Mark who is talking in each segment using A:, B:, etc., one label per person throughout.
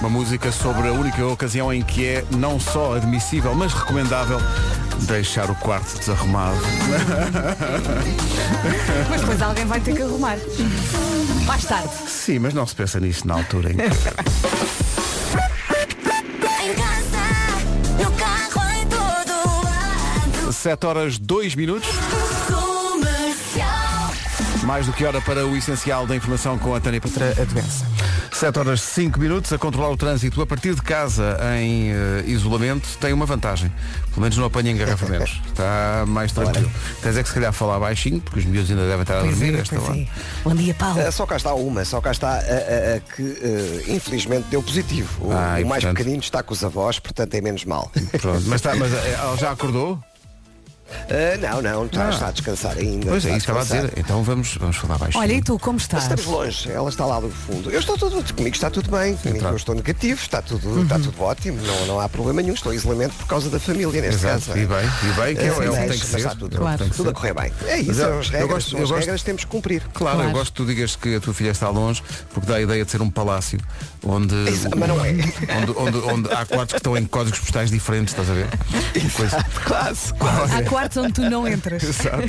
A: Uma música sobre a única ocasião em que é não só admissível, mas recomendável deixar o quarto desarrumado.
B: Mas depois alguém vai ter que arrumar. Mais tarde.
A: Sim, mas não se pensa nisso na altura em que...
C: Em casa, no carro, em todo lado. é
A: 7 horas 2 minutos.
C: Comercial.
A: Mais do que hora para o essencial da informação com a Tânia Petra.
D: a doença.
A: 7 horas 5 minutos a controlar o trânsito a partir de casa em eh, isolamento tem uma vantagem. Pelo menos não apanha engarrafamentos. Está mais tranquilo. Tens é que se calhar falar baixinho, porque os miúdos ainda devem estar a
B: Pois
A: dormir
B: é,
A: esta
B: pois
A: hora.
B: é. Bom dia, Paulo.
D: Ah, Só cá está uma, só cá está a, a- a que eh, infelizmente deu positivo. O,
A: Ah, e
D: o mais
A: portanto-
D: pequenino está com os avós, portanto é menos mal.
A: Pronto, mas, está, mas eh, ela já acordou?
D: Ah, não, não, está,
A: Ah.
D: está a descansar ainda.
A: Pois é,
D: está
A: isso estava a
D: descansar.
A: dizer. Então vamos, vamos falar baixinho.
B: Olha, e tu, como estás?
D: Estamos longe, ela está lá do fundo. Eu estou tudo, comigo está tudo bem, comigo
A: claro.
D: não estou negativo, está tudo,
A: Uhum.
D: está tudo ótimo, não, não há problema nenhum, estou em isolamento por causa da família neste
A: Exato,
D: caso.
A: e bem, e bem, que é,
D: Ah,
A: é o
D: mas-
A: que tem que
D: mas
A: ser.
D: Está tudo,
B: Claro.
A: Tem que
D: tudo a
A: ser.
D: correr bem. É
A: Mas
D: isso,
A: eu-
D: são as
A: eu
D: regras,
A: gosto-
D: são
A: eu
D: as
A: gosto-
D: regras temos que cumprir.
A: Claro, eu
B: Claro.
A: gosto que tu digas que a tua filha está longe, porque dá a ideia de ser um palácio onde,
D: Isso, mas não é.
A: onde, onde- onde há quartos que estão em códigos postais diferentes, estás a ver? Coisa-
D: Quase,
B: Há quartos onde tu não entras.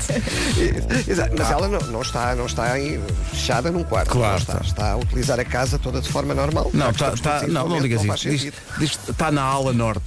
D: Exato, mas ela não, não está, não está em- fechada num quarto.
A: Ah. Claro.
D: Não está, está a utilizar a casa toda de forma normal. é
A: Não,
D: Já que
A: tá,
D: estamos
A: tá-
D: todos em
A: não, não
D: isolamento,
A: digas
D: faz
A: isso. Diz,
D: sentido.
A: diz que está na ala norte.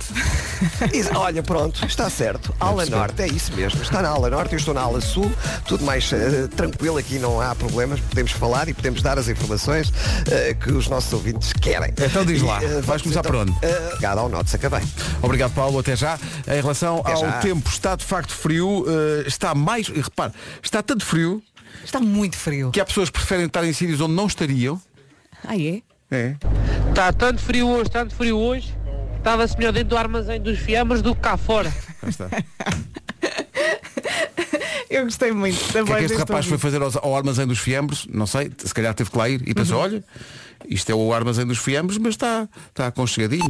D: Isso, Olha, pronto, está certo. Ala
A: percebi.
D: Norte, é isso mesmo. Está na Ala Norte, eu estou na Ala Sul, tudo mais eh, tranquilo aqui, não há problemas, podemos falar e podemos dar as informações eh, que os nossos ouvintes querem.
A: Então diz
D: E,
A: lá,
D: eh,
A: vais
D: vamos
A: começar
D: então,
A: por onde?
D: eh, Obrigado ao Norte, se acabei.
A: Obrigado, Paulo, até já. Em relação
D: Até
A: ao
D: já.
A: tempo, está de facto frio, eh, está mais, e repare, está tanto frio
B: Está muito frio.
A: que há pessoas que preferem estar em sítios onde não estariam.
B: Ah, é?
A: É.
E: Está Tá, tanto frio hoje, tanto frio hoje, estava-se melhor dentro do armazém dos fiamas do que cá fora.
A: Cá está. O que
B: Eu gostei muito.
A: é que este rapaz foi fazer aos- ao armazém dos fiambres? Não sei, se calhar teve que lá ir e pensou, olha, isto é o armazém dos fiambres, mas está, está aconchegadinho.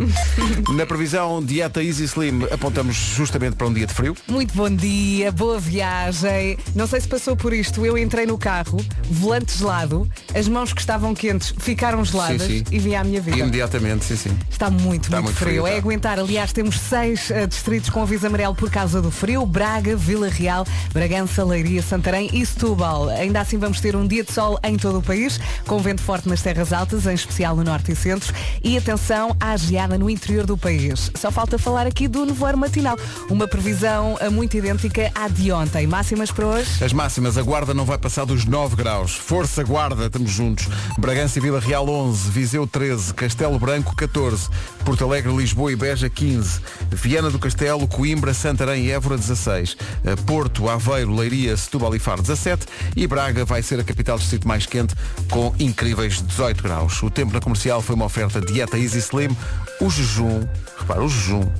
A: Na previsão Dieta Easy Slim apontamos justamente para um dia de frio.
B: Muito bom dia, boa viagem. Não sei se passou por isto. Eu entrei no carro, volante gelado, as mãos que estavam quentes ficaram geladas
A: Sim, sim.
B: e vim à minha vida.
A: Imediatamente, sim, sim.
B: Está muito,
A: Está
B: muito,
A: muito
B: frio.
A: frio, tá.
B: é
A: está.
B: aguentar. Aliás, temos seis eh, distritos com aviso amarelo por causa do frio. Braga, Vila Real, Bragança, Leiria, Santarém e Setúbal. Ainda assim vamos ter um dia de sol em todo o país, com vento forte nas terras altas, em especial no norte e centro. E atenção à geada no interior do país. Só falta falar aqui do nevoeiro matinal. Uma previsão eh, muito idêntica à de ontem. Máximas para hoje?
A: As máximas, a Guarda não vai passar dos 9 graus. Força Guarda, estamos juntos. Bragança e Vila Real 11, Viseu 13, Castelo Branco 14, Porto Alegre, Lisboa e Beja 15, Viana do Castelo, Coimbra, Santarém e Évora 16, Eh, Porto, Aveiro, Leiria, Setúbal e Faro 17 e Braga vai ser a capital do distrito mais quente com incríveis 18 graus. O tempo na comercial foi uma oferta dieta Easy Slim. O jejum, repara, o jejum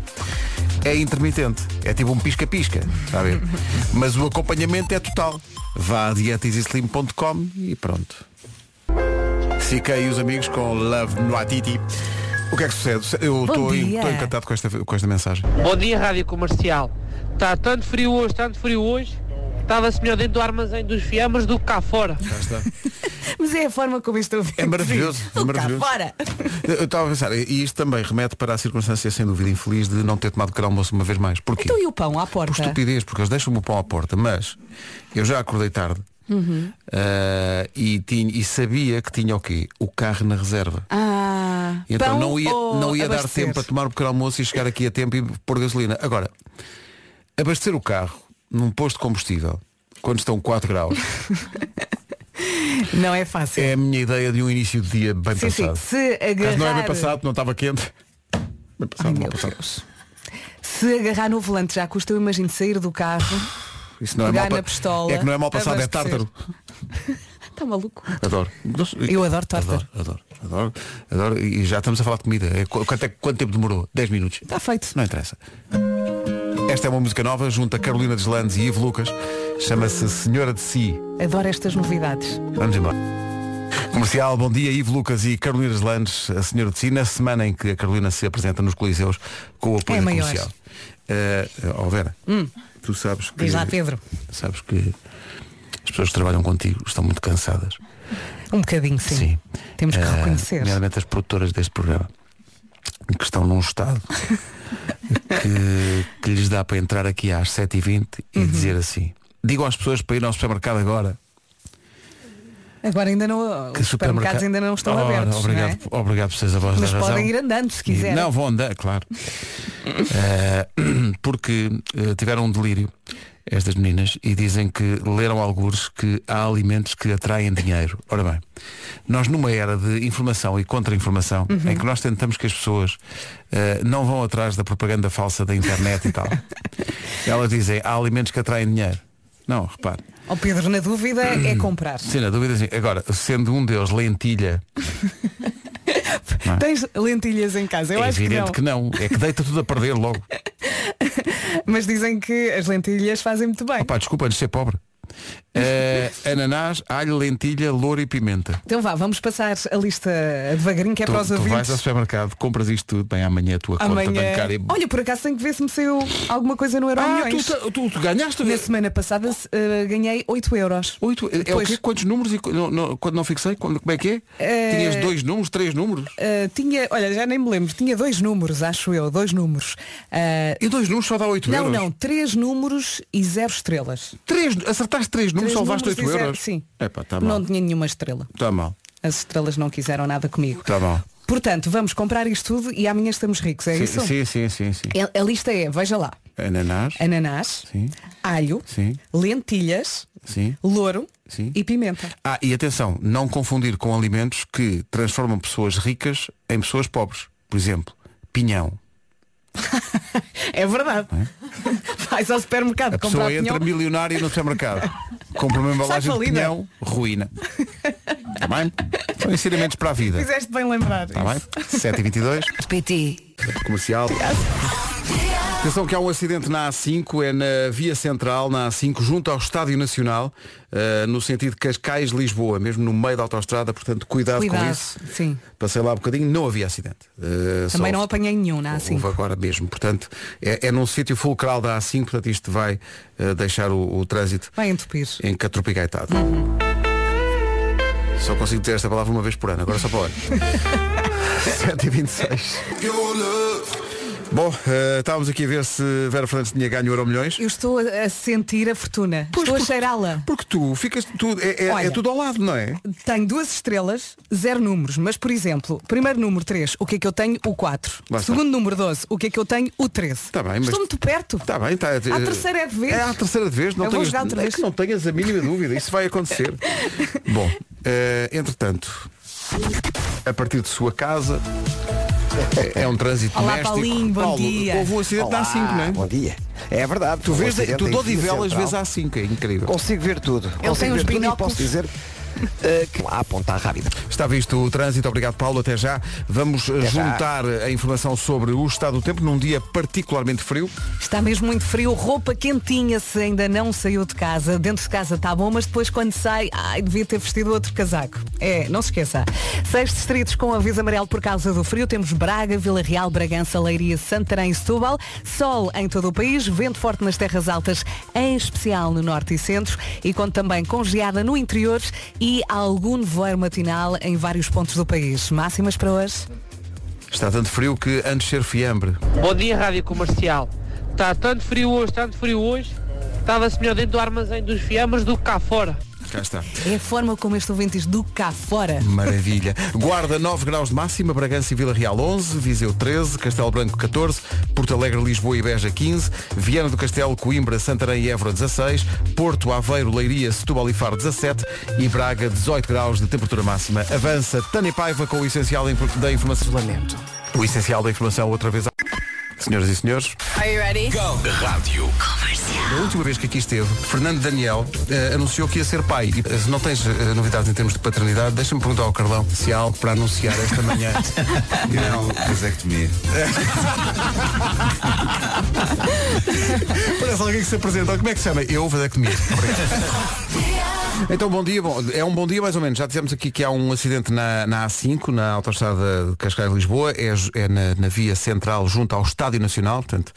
A: é intermitente. É tipo um pisca-pisca, está a ver? Mas o acompanhamento é total. Vá a dietaeasyslim.com e pronto. Fiquei os amigos com Love no Atiti. O que é que sucede? Eu
B: Bom
A: estou
B: dia.
A: estou encantado com esta, com esta mensagem.
E: Bom dia, Rádio Comercial. Está tanto frio hoje, tanto frio hoje, estava-se melhor dentro do armazém dos fiamas do que cá fora.
B: Mas é a forma como estou a ver.
A: É maravilhoso, é maravilhoso.
B: Fora.
A: Eu estava a pensar, e isto também remete para a circunstância sem dúvida infeliz de não ter tomado pequeno almoço uma vez mais. Porquê?
B: Então e o pão à
A: Por
B: porta?
A: estupidez, porque eles deixam-me o pão à porta, mas eu já acordei tarde
B: Uhum.
A: ah, e, tinha- e sabia que tinha o quê? O carro na reserva.
B: Ah,
A: E Então
B: pão
A: não ia,
B: ou
A: não ia dar
B: abastecer?
A: tempo a tomar o pequeno almoço e chegar aqui a tempo e pôr gasolina. Agora, abastecer o carro num posto de combustível, quando estão 4 graus,
B: Não é fácil.
A: é a minha ideia de um início de dia bem
B: Sim, sim.
A: passado.
B: Se agarrar,
A: Mas não é bem passado, não estava quente. Bem passado,
B: Ai,
A: mal
B: meu
A: passado.
B: Deus. Se agarrar no volante já custa, eu imagino sair do carro.
A: Isso não é
B: Pegar
A: mal pa-
B: na pistola,
A: É que não é mal passado, é
B: abastecer.
A: tártaro.
B: Está maluco?
A: Adoro.
B: Eu adoro tártaro.
A: Adoro, adoro, adoro, adoro. E já estamos a falar de comida. É, qu- Quanto, é, que- quanto tempo demorou? 10 minutos.
B: Está Tá feito.
A: Não interessa. Esta é uma música nova, junto a Carolina Deslandes e Ivo Lucas. Chama-se Senhora de Si.
B: Adoro estas novidades.
A: Vamos embora. Comercial, bom dia, Ivo Lucas e Carolina Deslandes, a Senhora de Si, na semana em que a Carolina se apresenta nos Coliseus com o apoio
B: É
A: da
B: maior. Hum.
A: comercial. Eh, ó Vera, tu sabes que.
B: Diz lá, Pedro.
A: Sabes que as pessoas que trabalham contigo estão muito cansadas.
B: Um bocadinho, sim. Temos que
A: Eh,
B: reconhecer.
A: Nomeadamente as produtoras deste programa. que estão num estado que, que lhes dá para entrar aqui às 7h20 e
B: Uhum.
A: dizer assim. Digo às pessoas para ir ao supermercado agora.
B: Agora ainda não.
A: Que
B: os supermercados
A: supermerca-
B: ainda não estão
A: Ora,
B: abertos.
A: Obrigado,
B: não é?
A: por- obrigado por vocês a voz
B: Mas
A: da razão.
B: podem ir andando se
A: E-
B: quiserem.
A: Não, vão andar, claro. Eh, porque eh, tiveram um delírio, estas meninas, e dizem que leram alguns que há alimentos que atraem dinheiro. Ora bem, nós numa era de informação e contra-informação,
B: Uhum.
A: em que nós tentamos que as pessoas eh, não vão atrás da propaganda falsa da internet e tal, elas dizem há alimentos que atraem dinheiro. Não, repare.
B: Ó Oh, Pedro, na dúvida é comprar.
A: Hum. Sim, na dúvida sim. Agora, sendo um deles lentilha,
B: Tens lentilhas em casa? Eu
A: é
B: acho que não.
A: evidente que não. É que deita tudo a perder logo.
B: Mas dizem que as lentilhas fazem muito bem.
A: Pá, desculpa de ser pobre. Eh, ananás, alho, lentilha, louro e pimenta.
B: Então vá, vamos passar a lista devagarinho que é
A: tu,
B: para os
A: tu vais ao
B: ouvintes.
A: supermercado, compras isto tudo, bem amanhã a tua conta
B: Amanhã.
A: bancária.
B: Olha, por acaso tenho que ver se me saiu alguma coisa no Euro
A: ah, tu,
B: Milhões.
A: ta- tu- tu ganhaste
B: Na semana passada eh, ganhei 8 euros.
A: oito. É
B: Pois.
A: o quê? Quantos números e co- não, não- quando não fixei? Quando, como é que é?
B: Eh,
A: Tinhas dois números, três números?
B: Eh, tinha, olha, já nem me lembro, tinha dois números, acho eu, dois números. Eh,
A: E dois números só dá oito
B: não,
A: euros.
B: não, três números e zero estrelas.
A: Três, acertaste três números,
B: Três
A: só levaste
B: números
A: oito
B: e zero-
A: euros.
B: Sim.
A: Epá, tá mal.
B: não tinha nenhuma estrela.
A: Tá mal.
B: As estrelas não quiseram nada comigo.
A: Tá bom.
B: Portanto, vamos comprar isto tudo e amanhã estamos ricos, é
A: sim,
B: isso?
A: sim, sim, sim, sim.
B: É- A lista é, veja lá,
A: Ananás,
B: ananás,
A: Sim.
B: alho,
A: Sim.
B: lentilhas,
A: sim.
B: louro
A: Sim.
B: e pimenta.
A: Ah, e atenção, não confundir com alimentos que transformam pessoas ricas em pessoas pobres. Por exemplo, pinhão.
B: É verdade. Vais ao supermercado
A: é? A
B: comprar
A: pessoa entra
B: pinhão.
A: milionário no supermercado. Compra uma embalagem de
B: falida.
A: pinhão, ruína. Está bem? São ensinamentos para a vida.
B: Fizeste bem lembrar.
A: Está Tá bem? 7h22.
B: PT.
A: comercial. Atenção que há um acidente na A5, é na Via Central, na A5, junto ao Estádio Nacional, eh, no sentido de Cascais-Lisboa, mesmo no meio da autoestrada, portanto cuidado, com
B: Cuidado,
A: isso.
B: sim.
A: Passei lá um bocadinho, não havia acidente. Eh, só
B: Também não é assim? apanhei nenhum na A5.
A: Houve agora mesmo, portanto, é, é num sítio fulcral da A5, portanto isto vai eh, deixar o, o trânsito
B: Vai entupir.
A: em catropigaitado. Só consigo dizer esta palavra uma vez por ano, agora só para o ano. 7h26. Bom, eh, estávamos aqui a ver se Vera Fernandes tinha ganho Euro Milhões.
B: Eu estou a a sentir a fortuna. estou a cheirá-la.
A: Porque tu ficas. Tu, é, é-
B: Olha.
A: é tudo ao lado, não é?
B: Tenho duas estrelas, zero números. Mas, por exemplo, primeiro número 3, o que é que eu tenho? O 4.
A: Lá está.
B: Segundo número 12, o que é que eu tenho? O 13.
A: Tá bem, mas-
B: Estou muito perto.
A: Está bem, está. A
B: terceira é de vez.
A: É a terceira de vez, não
B: Eu vou
A: tenhas,
B: jogar outra
A: é
B: vez.
A: que não tenhas a mínima dúvida, isso vai acontecer. Bom, eh, entretanto, a partir de sua casa. é- É um trânsito
B: Olá,
A: doméstico.
B: Paulinho, bom
A: Paulo,
B: dia.
A: Houve um acidente
D: Olá,
A: na A5, não é?
D: Bom dia. É verdade.
A: Tu
D: houve um
A: vês,
D: acidente
A: tu
D: em
A: dou
D: Via
A: de velas
D: Central. Oh.
A: vezes a 5, é incrível.
D: Consigo ver tudo. Consigo
B: tem
D: ver
B: uns
D: tudo e
B: binóculos.
D: posso dizer eh, que lá aponta rápido.
A: Está visto o trânsito, obrigado Paulo, até já. Vamos eh,
D: já.
A: juntar a informação sobre o estado do tempo num dia particularmente frio.
B: Está mesmo muito frio, roupa quentinha se ainda não saiu de casa. Dentro de casa está bom, mas depois quando sai, ai, devia ter vestido outro casaco. É, não se esqueça. Seis distritos com aviso amarelo por causa do frio. Temos Braga, Vila Real, Bragança, Leiria, Santarém e Setúbal. Sol em todo o país, vento forte nas terras altas, em especial no norte e centro. E conto também com geada no interior e algum nevoeiro matinal em vários pontos do país. Máximas para hoje?
A: Está tanto frio que antes de ser fiambre.
E: Bom dia, Rádio Comercial. Está tanto frio hoje, tanto frio hoje. Estava-se melhor dentro do armazém dos fiamas do que cá fora.
A: Cá está.
B: É a forma como este ouvinte diz do cá fora.
A: Maravilha. Guarda 9 graus de máxima, Bragança e Vila Real 11, Viseu 13, Castelo Branco 14, Porto Alegre, Lisboa e Beja 15, Viana do Castelo, Coimbra, Santarém e Évora 16, Porto, Aveiro, Leiria, Setúbal e Faro 17 e Braga 18 graus de temperatura máxima. Avança Tânia Paiva com o essencial da infor- da informação. Lamento. O essencial da informação outra vez. à- Senhoras e senhores, da última vez que aqui esteve, Fernando Daniel eh, anunciou que ia ser pai. E eh, se não tens eh, novidades em termos de paternidade, deixa-me perguntar ao Carlão se há algo para anunciar esta manhã.
F: Não, vasectomia.
A: Parece alguém que se apresenta. Como é que se chama? Eu vou comigo. Então, bom dia. Bom, é um bom dia mais ou menos. Já dissemos aqui que há um acidente na, na A5, na autoestrada de Cascais-Lisboa. É, ju- é na, na via central junto ao Estádio Nacional. Portanto,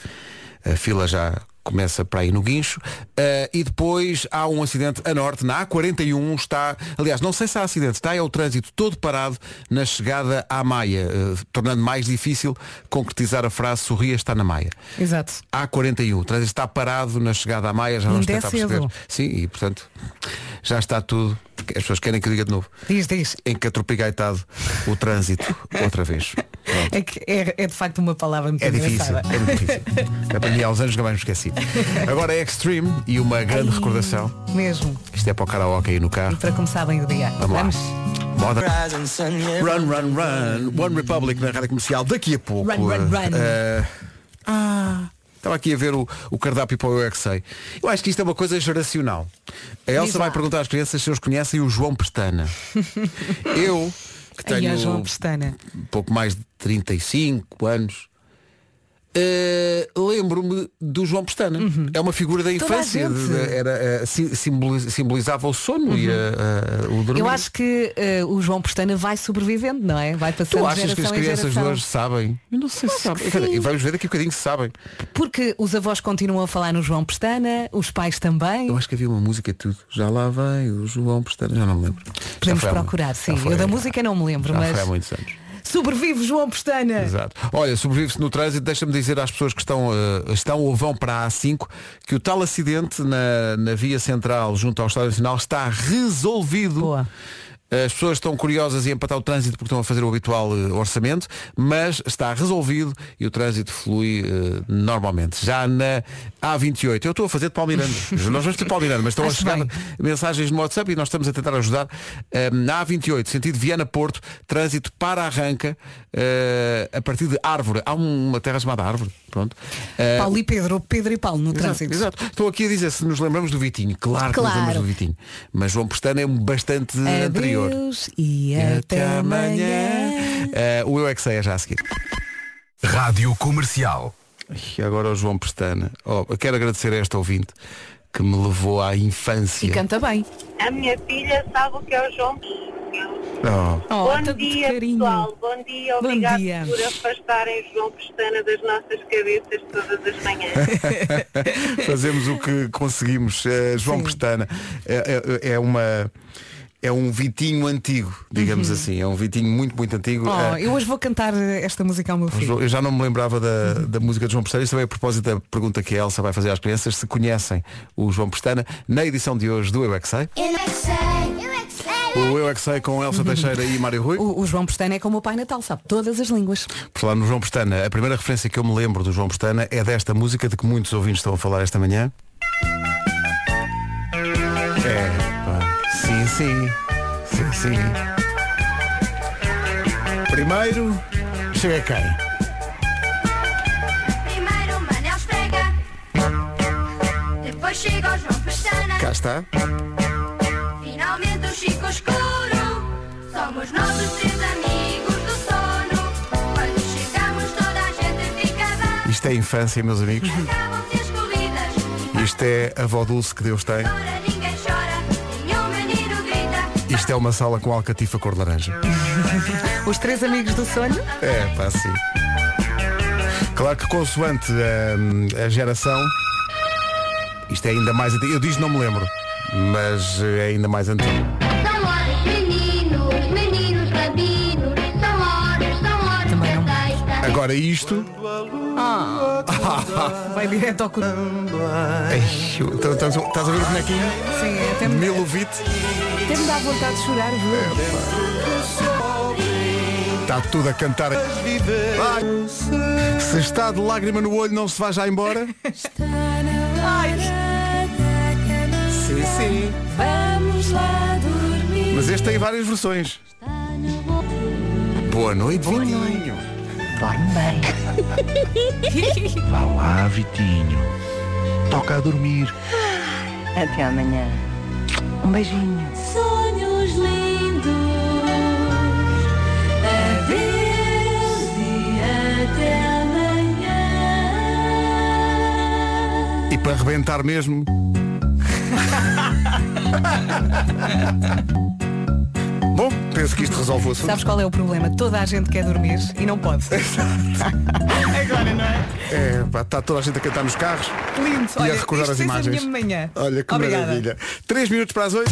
A: a fila já começa para aí no guincho. Ah, e depois há um acidente a norte, na A41, está, aliás, não sei se há acidente, está aí o trânsito todo parado na chegada à Maia, eh, tornando mais difícil concretizar a frase sorria está na Maia.
B: Exato.
A: A41, o trânsito um. está parado na chegada à Maia, já vamos
B: Ainda é
A: tentar
B: cedo.
A: perceber. Sim, e portanto, já está tudo. As pessoas querem que eu diga de novo.
B: Diz, diz.
A: Em que atropigaitado o trânsito outra vez. Pronto.
B: É, que é, é de facto uma palavra muito
A: É difícil,
B: engraçada.
A: é difícil. Aprendi há uns anos que mais me esqueci. Agora é Extreme e uma grande recordação.
B: Mesmo.
A: Isto é para o karaoke aí no
B: E
A: carro.
B: para começar bem o dia.
A: Vamos lá. Moda. Run, run, run. One Republic na rádio comercial daqui a pouco.
B: Run, run, run.
A: Eh, ah, estava aqui a ver o, o cardápio para o Eu É Que Sei. Eu acho que isto é uma coisa geracional. A Elsa
B: Diz lá.
A: vai perguntar às crianças se eles conhecem o João Pestana. Eu, que
B: E a
A: tenho
B: João Pestana.
A: pouco mais de 35 anos. eh, lembro-me do João Pestana é uma figura da
B: Uhum. Toda a
A: infância de-
B: gente. Uhum.
A: de- era, eh, si- simboliz- simbolizava o sono e a- a- o dormir
B: Eu acho que eh, o João Pestana vai sobrevivendo, não é? Vai passando
A: Tu
B: de
A: achas que as
B: geração em
A: crianças de
B: geração.
A: hoje sabem? Eu não sei se sabem.
B: É que
A: Quer dizer,
B: sim.
A: E vamos ver daqui a bocadinho se sabem.
B: Porque os avós continuam a falar no João Pestana, os pais também.
A: Eu acho que havia uma música e tudo. Já lá vem o João Pestana. Já não me lembro.
B: Podemos
A: Já foi há muito-
B: procurar, sim.
A: já foi-
B: Eu da música não me lembro,
A: já
B: mas
A: foi há muitos anos.
B: sobrevive João Pestana.
A: Exato. Olha, sobrevive-se no trânsito, deixa-me dizer às pessoas que estão, eh, estão ou vão para a A5 que o tal acidente na, na via central junto ao Estádio Nacional está resolvido.
B: Boa.
A: As pessoas estão curiosas e empatar o trânsito porque estão a fazer o habitual eh, orçamento, mas está resolvido e o trânsito flui eh, normalmente. Já na A28, eu estou a fazer de Palmeirante. nós vamos de Palmeirante, mas estão a
B: Acho
A: chegar
B: bem.
A: mensagens no WhatsApp e nós estamos a tentar ajudar. Eh, na A28, sentido Viana-Porto, trânsito para arranca eh, a partir de Árvore. Há um- uma terra chamada Árvore. Pronto. Eh,
B: Paulo e Pedro, Pedro e Paulo no
A: Exato,
B: trânsito.
A: exato. Estou aqui a dizer se nos lembramos do Vitinho. Claro, que nos
B: Claro.
A: lembramos do Vitinho. Mas João Pestana é um bastante anterior.
B: Adeus e até amanhã.
A: Eh, o Eu É Que Sei é já a seguir.
F: Rádio Comercial.
A: E agora o João Pestana. Oh, eu quero agradecer a este ouvinte que me levou à infância.
B: E canta bem.
G: A minha filha sabe o que é o João.
A: Oh,
B: Oh,
G: bom
B: tanto
G: dia,
B: carinho.
G: pessoal. Bom dia.
B: Bom
G: Obrigado
B: dia.
G: por afastarem João Pestana das nossas cabeças todas as manhãs.
A: fazemos o que conseguimos. Eh, João Pestana eh, eh, é, uma. É um vitinho antigo, digamos assim. É um vitinho muito, muito antigo.
B: Uhum. Oh,
A: Eh,
B: eu hoje vou cantar eh, esta música ao meu
A: João-
B: filho.
A: Eu já não me lembrava da, da música de João Pestana. Isto também é a propósito da pergunta que a Elsa vai fazer às crianças se conhecem o João Pestana na edição de hoje do Eu É Que Sei.
C: Eu é que sei, eu é que sei.
A: O Eu É Que Sei com Elsa Teixeira e Mário Rui.
B: O, o João Pestana é como o Pai Natal, sabe todas as línguas.
A: Por falar no João Pestana, a primeira referência que eu me lembro do João Pestana é desta música de que muitos ouvintes estão a falar esta manhã. É, pá. Sim, sim. Sim, sim. Primeiro, chega quem?
C: Primeiro o Manel esfrega. Depois chega o João Pestana.
A: Cá está.
C: Finalmente o Chico escuro. Somos nós os três amigos do sono. Quando chegamos toda a gente fica a dar.
A: Isto é infância, meus amigos.
C: Acabam-se as corridas.
A: Isto é a avó dulce que Deus tem.
C: Agora ninguém chora. Nenhum menino grita.
A: Isto é uma sala com alcatifa cor de laranja.
B: Os três amigos do sonho.
A: É, pá, sim. Claro que consoante hum, a geração, isto é ainda mais antigo. Eu diz não me lembro, mas eh, é ainda mais antigo.
C: São horas, meninos, meninos rabinos. São horas, são horas
B: Também não.
C: da sexta.
A: Agora isto.
B: Vai direto ao cor...
A: Ei, estás- Estás estás a ver o bonequinho?
B: Sim, é, até me,
A: Milovit.
B: até me dá vontade de chorar, juro.
A: Está tudo a cantar. Vai. Se está de lágrima no olho, não se vá já embora. Sim, sim.
C: Vamos lá dormir.
A: Mas este tem várias versões. Boa noite, Boa Vitinho.
H: Olá, Vitinho. Toca a dormir.
I: Até amanhã. Um beijinho.
C: Sonhos lindos. Adeus e até amanhã.
A: E para arrebentar mesmo. Bom, penso penso que isto resolve o assunto.
B: Sabes qual é o problema? Toda a gente quer dormir e não pode. Agora, não é?
A: É, pá, está toda a gente a cantar nos carros
B: Lindo.
A: e
B: Olha,
A: a recordar
B: isto
A: as
B: fez a
A: imagens.
B: minha manhã.
A: Olha que
B: Obrigada.
A: maravilha. 3 minutos para as 8.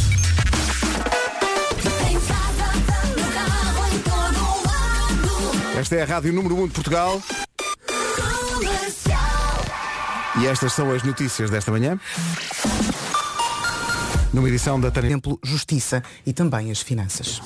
C: Em casa, no carro, em todo lado.
A: Esta é a Rádio Número 1 de Portugal
C: Comercial.
A: e estas são as notícias desta manhã. Numa edição da Tânia.
J: exemplo, justiça e também as finanças.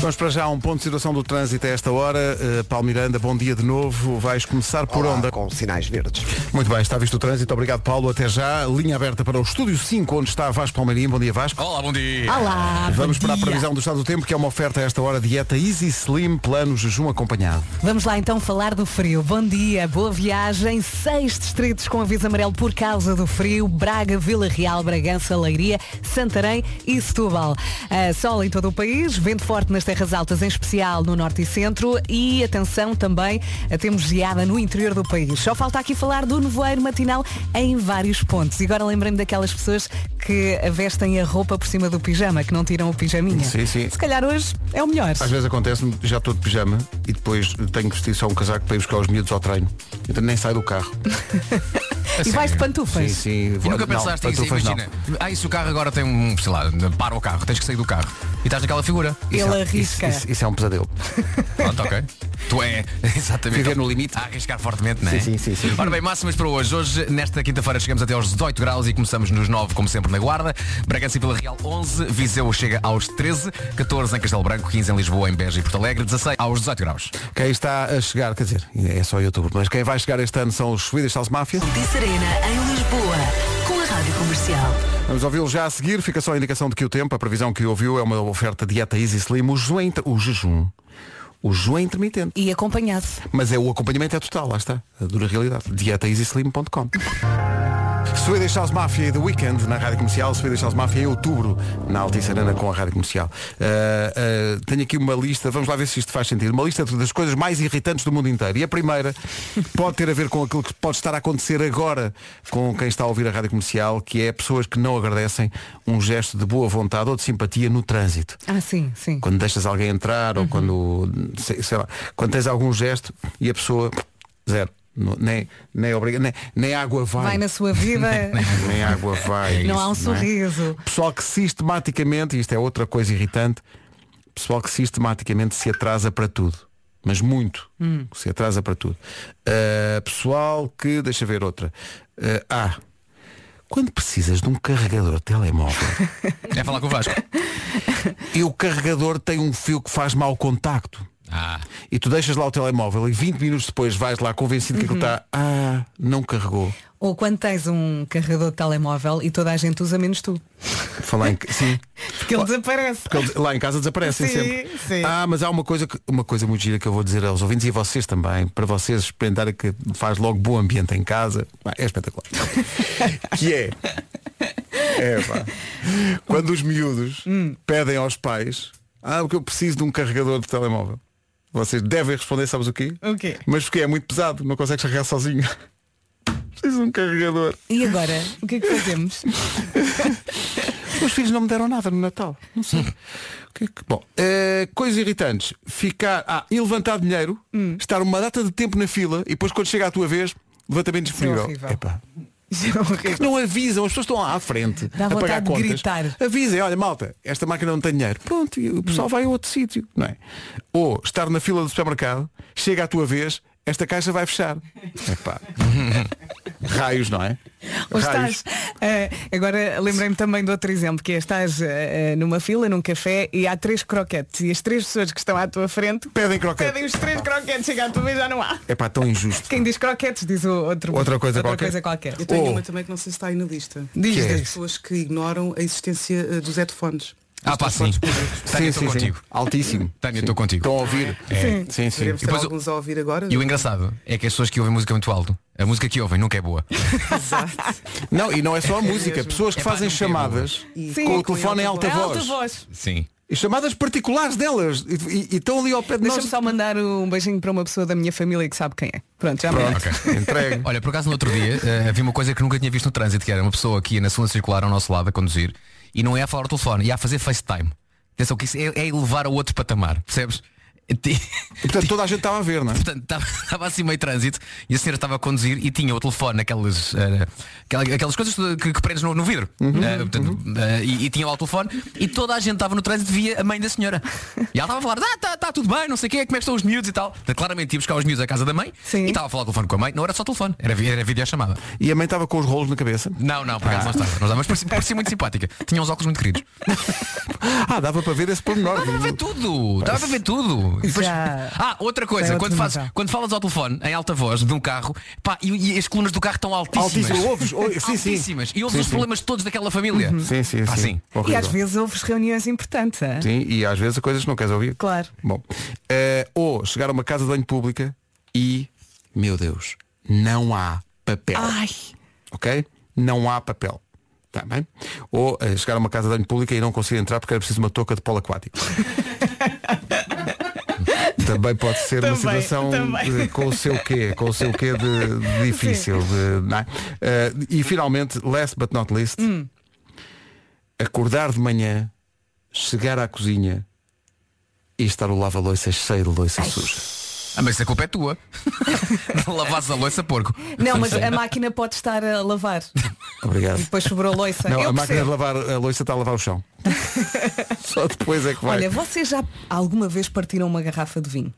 A: Vamos para já a um ponto de situação do trânsito a esta hora. Uh, Paulo Miranda, bom dia de novo. Vais começar por
D: Olá,
A: onda.
D: Com sinais verdes.
A: Muito bem, está visto o trânsito. Obrigado, Paulo. Até já. Linha aberta para o Estúdio 5, onde está Vasco Palmeirim. Bom dia, Vasco.
K: Olá, bom dia.
B: Olá,
A: É. Vamos
B: bom
A: para a
B: dia.
A: previsão do estado do tempo, que é uma oferta a esta hora. Dieta Easy Slim, plano jejum acompanhado.
B: Vamos lá então falar do frio. Bom dia, boa viagem. Seis distritos com aviso amarelo por causa do frio. Braga, Vila Real, Bragança, Leiria, Santarém e Setúbal. Ah, sol em todo o país, vento forte nas terras altas, em especial no norte e centro. E atenção também, ah, temos geada no interior do país. Só falta aqui falar do nevoeiro matinal em vários pontos. E agora lembrei-me daquelas pessoas que vestem a roupa por cima do pijama, que não tiram o pijaminha.
A: Sim, sim.
B: Se calhar hoje é o melhor.
A: Às vezes acontece-me, já estou de pijama e depois tenho que vestir só um casaco para ir buscar os miúdos ao treino. Então nem saio do carro.
B: e vais de
A: é Sim,
B: pantufas.
A: sim.
K: E nunca pensaste isso, imagina. Ah, isso o carro agora tem um, sei lá, para o carro, tens que sair do carro. E estás naquela figura.
B: Ele
A: Isso é-
B: arrisca.
A: Isso, isso- isso é um pesadelo.
K: Pronto, ok. Tu é, exatamente.
A: Viver no limite.
K: A arriscar fortemente, não é?
A: Sim, sim, sim, sim.
K: Ora bem, máximas para hoje. Hoje, nesta quinta-feira, chegamos até aos 18 graus e começamos nos 9, como sempre, na Guarda. Bragança e Vila Real, 11. Viseu chega aos 13. 14 em Castelo Branco, 15 em Lisboa, em Beja e Porto Alegre. 16 aos 18 graus.
A: Quem está a chegar, quer dizer, é só outubro, mas quem vai chegar este ano são os Swedish House Mafia.
L: Serena em Lisboa, com a Rádio Comercial.
A: Vamos ouvi-lo já a seguir. Fica só a indicação de que o tempo, a previsão que ouviu, é uma oferta de dieta Easy Slim, o jejum, é inter- o jejum. O jejum é intermitente.
B: E acompanhado.
A: Mas é, o acompanhamento é total, lá está. A dura realidade. DietaEasySlim.com Swedish House Mafia e The Weekend na Rádio Comercial. Swedish House Mafia em outubro na Altice Arena com a Rádio Comercial. Ah, ah, tenho aqui uma lista, vamos lá ver se isto faz sentido. Uma lista das coisas mais irritantes do mundo inteiro. E a primeira pode ter a ver com aquilo que pode estar a acontecer agora com quem está a ouvir a Rádio Comercial, que é pessoas que não agradecem um gesto de boa vontade ou de simpatia no trânsito
B: Ah, sim, sim.
A: quando deixas alguém entrar
B: Uhum.
A: ou quando sei, sei lá, quando tens algum gesto e a pessoa zero Não- nem nem obriga nem, nem água vai,
B: Vai na sua vida,
A: nem água vai
B: é não
A: isso,
B: há um
A: é?
B: sorriso.
A: pessoal que sistematicamente e isto é outra coisa irritante pessoal que sistematicamente se atrasa para tudo mas muito se atrasa para tudo Ah, pessoal que deixa ver outra ah ah, quando precisas de um carregador de telemóvel
K: É falar com o Vasco.
A: e o carregador tem um fio que faz mau contacto.
K: Ah.
A: E tu deixas lá o telemóvel e 20 minutos depois vais lá convencido que aquilo está, ah, não carregou.
B: Ou quando tens um carregador de telemóvel e toda a gente usa menos tu.
A: Falar em que- sim.
B: Porque ele desaparece.
A: Porque eles lá em casa desaparecem
B: Sim,
A: sempre.
B: sim.
A: Ah, mas há uma coisa, que- uma coisa muito gira que eu vou dizer aos ouvintes e a vocês também, para vocês experimentarem que faz logo bom ambiente em casa. Pá, É espetacular. que é. É, pá. Quando os miúdos
B: Hum.
A: pedem aos pais, ah, porque eu preciso de um carregador de telemóvel. Vocês devem responder, sabes o quê?
B: O quê?
A: Mas porque é muito pesado, não consegues carregar sozinho. Preciso de um carregador.
B: E agora? O que é que fazemos?
A: Os filhos não me deram nada no Natal. Não sei. O que é que- Bom, eh, coisas irritantes. Ficar. Ah, e levantar dinheiro, estar uma data de tempo na fila e depois quando chega à tua vez, levantamento disponível.
B: horrível.
A: Epá.
B: Já é
A: Porque é que
B: horrível.
A: não avisam, as pessoas estão lá à frente
B: Dá
A: a pagar
B: vontade de
A: contas.
B: gritar.
A: Avisem, olha malta, esta máquina não tem dinheiro. Pronto, e o pessoal vai a outro sítio. Não é? Ou estar na fila do supermercado, chega à tua vez, esta caixa vai fechar. Epá. Raios, não é?
B: Ou
A: Raios.
B: estás, eh, agora lembrei-me também de outro exemplo, que é estás eh, eh, numa fila, num café, e há três croquetes. E as três pessoas que estão à tua frente
A: Pedem croquete.
B: pedem os três croquetes, chega à tua vez já não há.
A: É pá, tão injusto.
B: Quem diz croquetes diz o outro,
A: Outra coisa qualquer.
B: coisa qualquer.
J: Eu tenho
A: Oh.
J: uma também que não sei se está aí na lista.
B: Diz,
A: Que é?
J: As pessoas que ignoram a existência eh, dos headphones.
K: Ah, pá, sim. Tânia, estou contigo.
A: Altíssimo.
K: Tânia,
A: Sim.
K: estou contigo.
A: Estão a ouvir. Sim, sim.
J: Iremos ter
K: depois o-
J: alguns a ouvir agora.
K: E o engraçado é que as pessoas que ouvem música muito alto, a música que ouvem nunca é boa.
A: Não, e não é só a música. Pessoas que
K: É pá,
A: fazem
K: não tem
A: chamadas
J: E
B: Sim.
A: com o
B: Com
A: telefone em alta
B: É
A: voz.
B: voz.
K: Sim.
A: E chamadas particulares delas. E- E e estão ali ao pé de
B: Deixa-me
A: nós.
B: só mandar um beijinho para uma pessoa da minha família que sabe quem é. Pronto, já me
A: Pronto,
K: Ok.
A: entregue.
K: Olha, por acaso no outro dia eh, havia uma coisa que nunca tinha visto é no trânsito, que era uma pessoa que ia na segunda circular ao nosso lado a conduzir e não ia a falar ao telefone, ia a fazer FaceTime. Atenção, que isso é, é elevar a outro patamar, percebes?
A: Portanto, toda a gente estava a ver, não é?
K: Portanto, estava- estava assim meio trânsito e a senhora estava a conduzir e tinha o telefone naquelas eh, aquela- aquelas coisas que, que prendes no, no vidro. Eh, portanto, eh, e, e tinha lá o telefone e toda a gente estava no trânsito via a mãe da senhora. E ela estava a falar, ah, está tá tudo bem, não sei o quê, como é que estão os miúdos e tal. Portanto, claramente ia buscar os miúdos à casa da mãe e estava a falar ao telefone com a mãe, não era só telefone, era, vi- era videochamada.
A: E a mãe estava com os rolos na cabeça?
K: Não, não, por acaso não estava, não estava, mas parecia, parecia muito simpática. Tinha uns óculos muito queridos.
A: Ah, dava para ver esse pormenor. Dava
K: para ver tudo, dava para ver tudo. E depois-
A: Uhum. Já.
K: Ah, outra
A: Tem
K: coisa,
A: outro
K: quando, fazes-
A: nível.
K: quando falas ao telefone em alta voz de um carro, pá, e, e as colunas do carro estão altíssimas.
A: Altíssimo, ouves, ouves, sim, sim.
K: Altíssimas. E ouves
A: Sim,
K: os
A: sim.
K: problemas todos daquela família.
A: Sim, sim,
K: Pá,
A: sim.
K: sim.
B: E
A: Horrível.
B: às vezes ouves reuniões importantes. hã?
A: Sim, e às vezes há coisas que não queres ouvir.
B: Claro.
A: Bom, eh, ou chegar a uma casa de banho pública e, meu Deus, não há papel.
B: Ah,
A: Ok? Não há papel. Tá bem? Ou eh, chegar a uma casa de banho pública e não conseguir entrar porque era preciso uma touca de polo aquático. também pode ser uma
M: Também,
A: situação
M: também.
A: de- com o seu quê, com o seu quê de, de difícil. de- não é? Eh, e finalmente, last but not least,
B: Hum.
A: acordar de manhã, chegar à cozinha e estar o lava-loiças cheio de loiça suja.
K: Ah, mas a culpa é tua. não lavas a louça, porco.
B: Não, mas a máquina pode estar a lavar.
A: Obrigado.
B: E depois sobrou loiça.
A: Não,
B: Eu
A: a máquina de
B: percebo.
A: lavar a loiça está a lavar o chão. Só depois é que vai.
B: Olha, vocês já alguma vez partiram uma garrafa de vinho?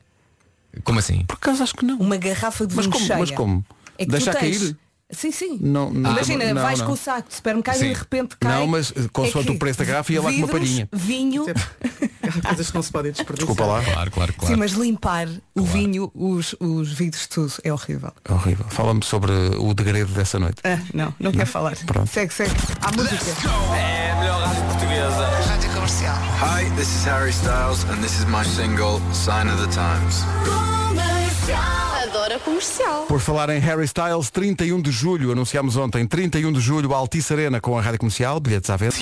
K: Como assim?
A: Por acaso acho que não.
B: Uma garrafa de
A: Mas
B: vinho
A: como?
B: cheia.
A: Mas como?
B: É que
A: Deixar
B: tu tens...
A: cair?
B: Sim, sim.
A: Não, não.
B: Imagina,
A: Não,
B: vais
A: não.
B: com o saco de supermercado
A: Sim.
B: e de repente cai. É
A: Não, mas, eh, consoante
B: que
A: o preço da garrafa, ia lá com uma
B: vidros,
A: palhinha.
B: Vinho. é-
J: Há coisas que não se podem desperdiçar.
A: Desculpa lá.
K: Claro, claro,
B: Sim, mas limpar o vinho, os, os vidros, tudo, é horrível.
A: É horrível. Fala-me sobre o degredo dessa noite.
B: Ah, não, não quero falar. Segue, segue. Há música.
N: É a melhor rádio portuguesa. Rádio comercial.
F: Hi, this is Harry Styles and this is my single Sign of the Times.
O: Adora comercial.
A: Por falar em Harry Styles, 31 de julho, anunciámos ontem, 31 de julho, a Altice Arena com a Rádio Comercial, bilhetes à venda.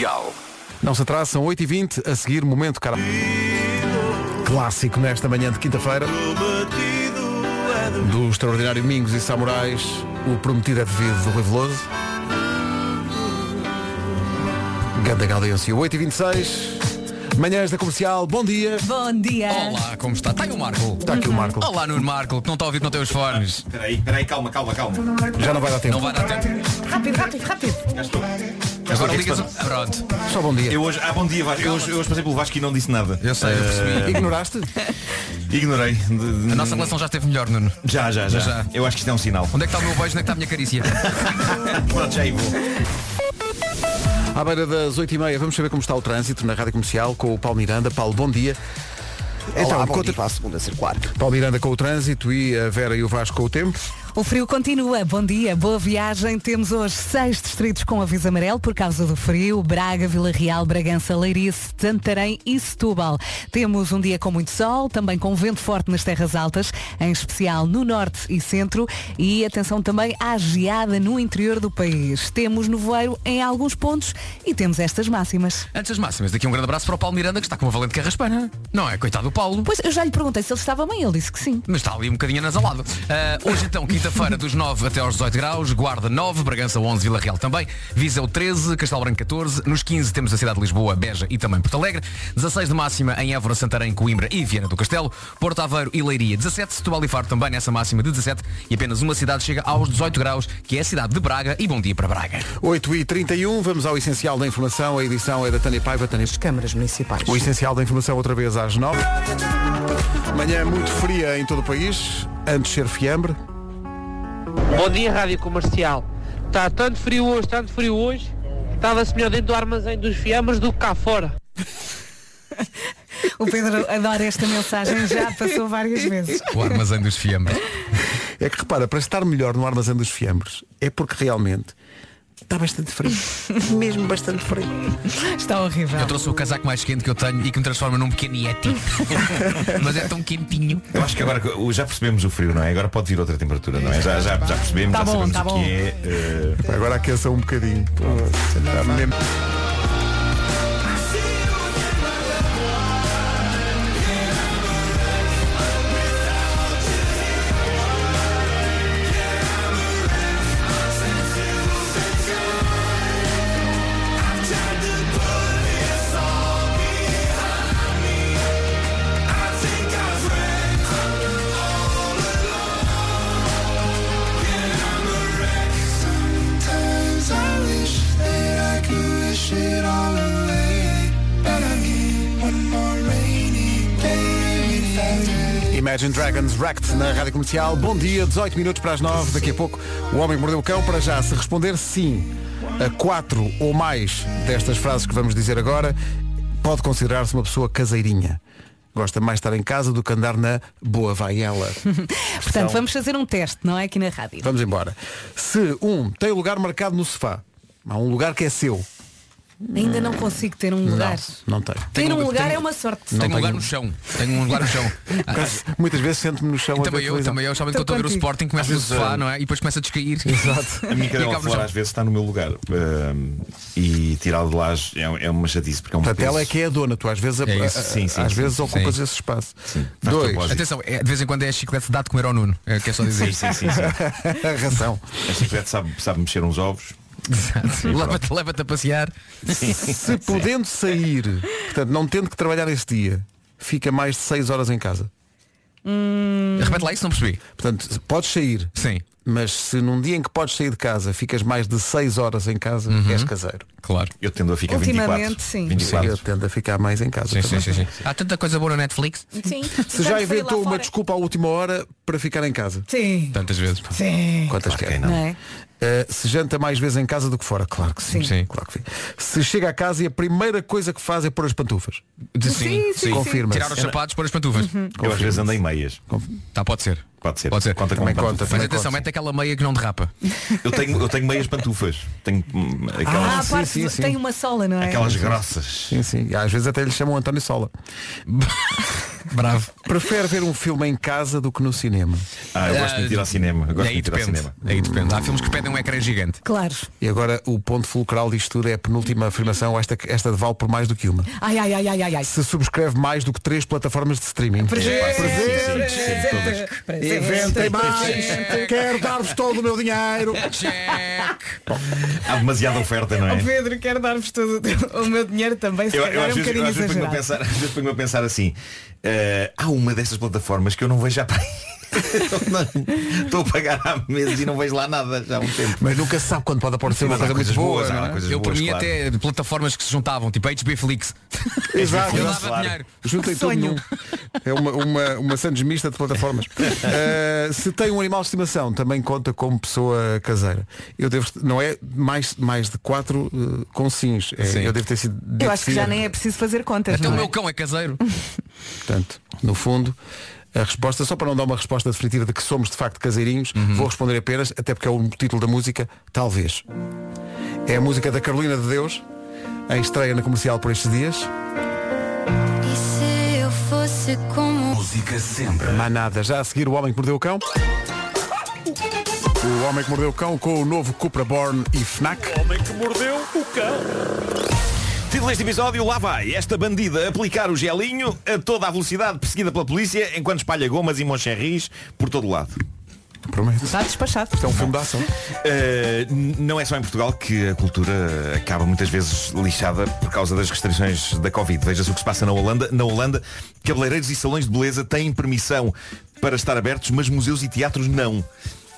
A: Não se atrasa, são 8h20, a seguir, momento cara. Clássico nesta manhã de quinta-feira. Do extraordinário Mingos e Samurais, o prometido é devido do Rui Veloso. Ganda Gaudêncio, 8h26, manhãs da comercial, bom dia.
B: Bom dia.
K: Olá, como está? Está aí o Marco. Uhum.
A: Está aqui o Marco.
K: Olá, Nuno Marco, que não está a ouvir que não tem os fones. Espera aí, espera aí, calma, calma, calma.
A: Já não vai dar tempo.
K: Não vai dar tempo.
B: Rápido, rápido, rápido.
K: Agora
P: Agora
K: ligas
P: ligas
K: o- Pronto.
A: Só bom dia.
P: Eu hoje, ah, bom dia, Vasco. Eu hoje, eu hoje passei pelo Vasco e não disse nada. Eu
K: sei, eu percebi.
A: Ignoraste?
P: Ignorei.
K: A nossa relação já esteve melhor, Nuno.
P: Já, já, já,
K: Já.
P: Eu acho que isto é um sinal.
K: Onde é que está o meu beijo? Onde é que está a minha carícia?
P: Pronto, já aí vou.
A: À beira das 8h30, vamos saber como está o trânsito na Rádio Comercial com o Paulo Miranda. Paulo, bom dia.
D: Olá, bom dia
A: conta-
D: Então, para a segunda circular.
A: Paulo Miranda com o trânsito e a Vera e o Vasco com o tempo.
B: O frio continua. Bom dia, boa viagem. Temos hoje seis distritos com aviso amarelo por causa do frio. Braga, Vila Real, Bragança, Leiria, Santarém e Setúbal. Temos um dia com muito sol, também com vento forte nas terras altas, em especial no norte e centro. E atenção também à geada no interior do país. Temos nevoeiro em alguns pontos e temos estas máximas.
K: Antes das máximas, daqui um grande abraço para o Paulo Miranda, que está com uma valente carraspana. Não é? Coitado do Paulo.
B: Pois, eu já lhe perguntei se ele estava bem, ele disse que sim.
K: Mas está ali um bocadinho anasalado. Ah, hoje então, quinta-feira, dos 9 até aos 18 graus, Guarda 9, Bragança 11, Vila Real também, Viseu 13, Castelo Branco 14, nos 15 temos a cidade de Lisboa, Beja e também Porto Alegre, 16 de máxima em Évora, Santarém, Coimbra e Viana do Castelo, Porto Aveiro e Leiria 17, Setúbal e Faro também nessa máxima de 17 e apenas uma cidade chega aos 18 graus, que é a cidade de Braga e bom dia para Braga.
A: 8h31, vamos ao essencial da informação. A edição é da Tânia Paiva, Tânia. As
J: câmaras municipais.
A: O essencial da informação outra vez às 9 Manhã muito fria em todo o país, antes de ser fiambre.
E: Bom dia, Rádio Comercial. Está tanto frio hoje, tanto frio hoje. Estava-se melhor dentro do armazém dos fiamas do que cá fora.
B: O Pedro adora esta mensagem, já passou várias vezes.
K: O armazém dos fiambres.
A: É que repara, para estar melhor no armazém dos fiambres, é porque realmente está bastante frio. Mesmo bastante frio.
B: Está horrível.
K: Eu trouxe o casaco mais quente que eu tenho e que me transforma num pequeno Yeti. Mas é tão quentinho.
P: Eu acho que agora o- já percebemos o frio, não é? Agora pode vir outra temperatura, não é? Já, já, já percebemos, já
A: Tá bom,
P: sabemos
A: tá
P: o que
A: bom.
P: é.
A: Agora aqueça um bocadinho. Está mesmo-
M: Não
A: Imagine Dragons Wrecked na Rádio Comercial. Bom dia, 18 minutos para as 9. Daqui a pouco, o Homem que Mordeu o Cão. Para já, se responder sim a quatro ou mais destas frases que vamos dizer agora, pode considerar-se uma pessoa caseirinha. Gosta mais de estar em casa do que andar na boa vai ela. Então,
B: Portanto, vamos fazer um teste, não é? Aqui na rádio.
A: Vamos embora. Se um tem lugar marcado no sofá, há um lugar que é seu.
B: Ainda não consigo ter um lugar.
A: Não, não tem.
B: Ter um lugar é uma sorte.
K: Tenho um lugar no chão. Tenho um lugar no chão.
A: Quase- Muitas vezes sento-me no chão. a ver
K: também eu,
A: televisão.
K: também eu, somente quando estou a ver o Sporting, começo
P: Às
K: no
P: vezes,
K: sofá,
P: eh,
K: não é? E depois começa a descair.
P: Exato. A minha é
K: E
P: cadela
K: acabo no
P: flor
K: chão.
P: às vezes está no meu lugar. Ahm, e tirá-la de lá é, um- é uma chatice, porque é um
A: Portanto,
P: peso.
A: ela é que é a dona. Tu às vezes,
P: É isso. Sim, sim,
A: às
P: sim.
A: vezes ocupas
P: Sim.
A: esse espaço.
P: Faz
K: Dois.
P: propósito.
K: Atenção, é, de vez em quando é chiclete dado de comer ao Nuno. É, quer só dizer.
P: Sim, sim, sim, sim.
A: A razão.
P: A chiclete sabe, sabe mexer uns ovos.
K: Exato.
P: E
K: Leva-te leva-te a passear.
A: Se podendo sair, portanto, não tendo que trabalhar esse dia, fica mais de 6 horas em casa.
B: Hum,
K: Repete lá isso, não percebi.
A: Portanto, se podes sair.
K: Sim.
A: Mas se num dia em que podes sair de casa ficas mais de 6 horas em casa,
P: Uhum.
A: és caseiro.
K: Claro.
P: Eu tendo a
K: ficar Ultimamente, 24. sim. 24.
A: eu tendo a ficar mais em casa.
K: Sim, sim,
A: também.
K: sim, sim. Há tanta coisa boa na Netflix.
B: Sim.
A: Se já inventou uma desculpa à última hora para ficar em casa.
B: Sim.
K: Tantas vezes.
B: Sim.
A: Quantas quer?
B: Não é?
A: Uh, se janta mais vezes em casa do que fora, claro que sim. Claro que sim. Se chega a casa e a primeira coisa que faz é pôr as pantufas. Confirma.
K: Tirar os sapatos, pôr as pantufas.
P: Eu às vezes ando em meias.
K: Tá, pode ser.
P: Pode ser.
K: Pode ser.
P: Conta com
K: Também
P: uma
K: conta.
P: pantufa.
K: Mas atenção, mete aquela meia que não derrapa.
P: Eu tenho, eu tenho meias pantufas. Tenho hum,
B: Ah, a
P: aquelas.
B: parte do- tem uma sola, não é?
P: Aquelas grossas.
A: Sim, sim. E às vezes até lhe chamam António Sola.
K: Bravo.
A: Prefere ver um filme em casa do que no cinema.
P: Ah, eu gosto de ir ao cinema. Eu gosto
K: Aí
P: de ir ao
K: depende.
P: cinema.
K: Aí depende. Há filmes que pedem um ecrã gigante.
B: Claro.
A: E agora o ponto fulcral disto tudo é a penúltima afirmação. Esta, esta vale por mais do que uma.
B: Ai, ai, ai, ai, ai, ai.
A: Se subscreve mais do que três plataformas de streaming. É
P: Ah,
B: Presentes,
A: Presentes.
B: presentes, presentes.
A: Inventem mais. Quero dar-vos todo o meu dinheiro.
P: Há demasiada oferta, não é?
B: Oh, Pedro, quero dar-vos todo o teu- o meu dinheiro também, se
P: Eu,
B: calhar
P: eu
B: é
P: às
B: um
P: vezes, eu
B: bocadinho
P: às vezes ponho-me a
B: exagerado.
P: pensar, às vezes ponho-me a pensar assim, eh, há uma dessas plataformas que eu não vejo já para Estou a pagar há meses e não vejo lá nada já há um tempo.
A: Mas nunca se sabe quando pode aparecer uma
P: Mas há
A: coisa muito
P: coisas
A: boa.
P: boas, há
A: não é?
P: coisas
K: Eu por
P: boas,
K: mim
P: claro.
K: até plataformas que se juntavam, tipo HBO Flix.
P: É
A: Exato,
K: Eu
A: exato.
K: dava dinheiro.
A: Juntem tudo num.
K: Sonho.
A: É uma, uma, uma sandes mista de plataformas. Uh, se tem um animal de estimação, também conta como pessoa caseira. Eu devo, não é mais, mais de quatro uh, com sims. É, eu devo ter sido.
B: Eu
A: devo
B: acho que
A: ser.
B: já nem é preciso fazer contas.
K: Até o
B: não é?
K: meu cão é caseiro.
A: Portanto, no fundo, a resposta, só para não dar uma resposta definitiva de que somos de facto caseirinhos, vou responder apenas, até porque é o título da música, talvez. É a música da Carolina de Deus, em estreia na comercial por estes dias.
C: E se eu fosse como
A: Música sempre. Manada. Já a seguir o Homem que Mordeu o Cão. O Homem que Mordeu o Cão com o novo Cupra Born e Fnac.
P: Homem que mordeu o cão. Título deste episódio, lá vai. Esta bandida aplicar o gelinho a toda a velocidade, perseguida pela polícia, enquanto espalha gomas e moncherris por todo o lado.
A: Prometo.
B: Está despachado.
A: Isto é um filme de ação.
P: Eh, n- não é só em Portugal que a cultura acaba muitas vezes lixada por causa das restrições da Covid. Veja-se o que se passa na Holanda. Na Holanda, cabeleireiros e salões de beleza têm permissão para estar abertos, mas museus e teatros não.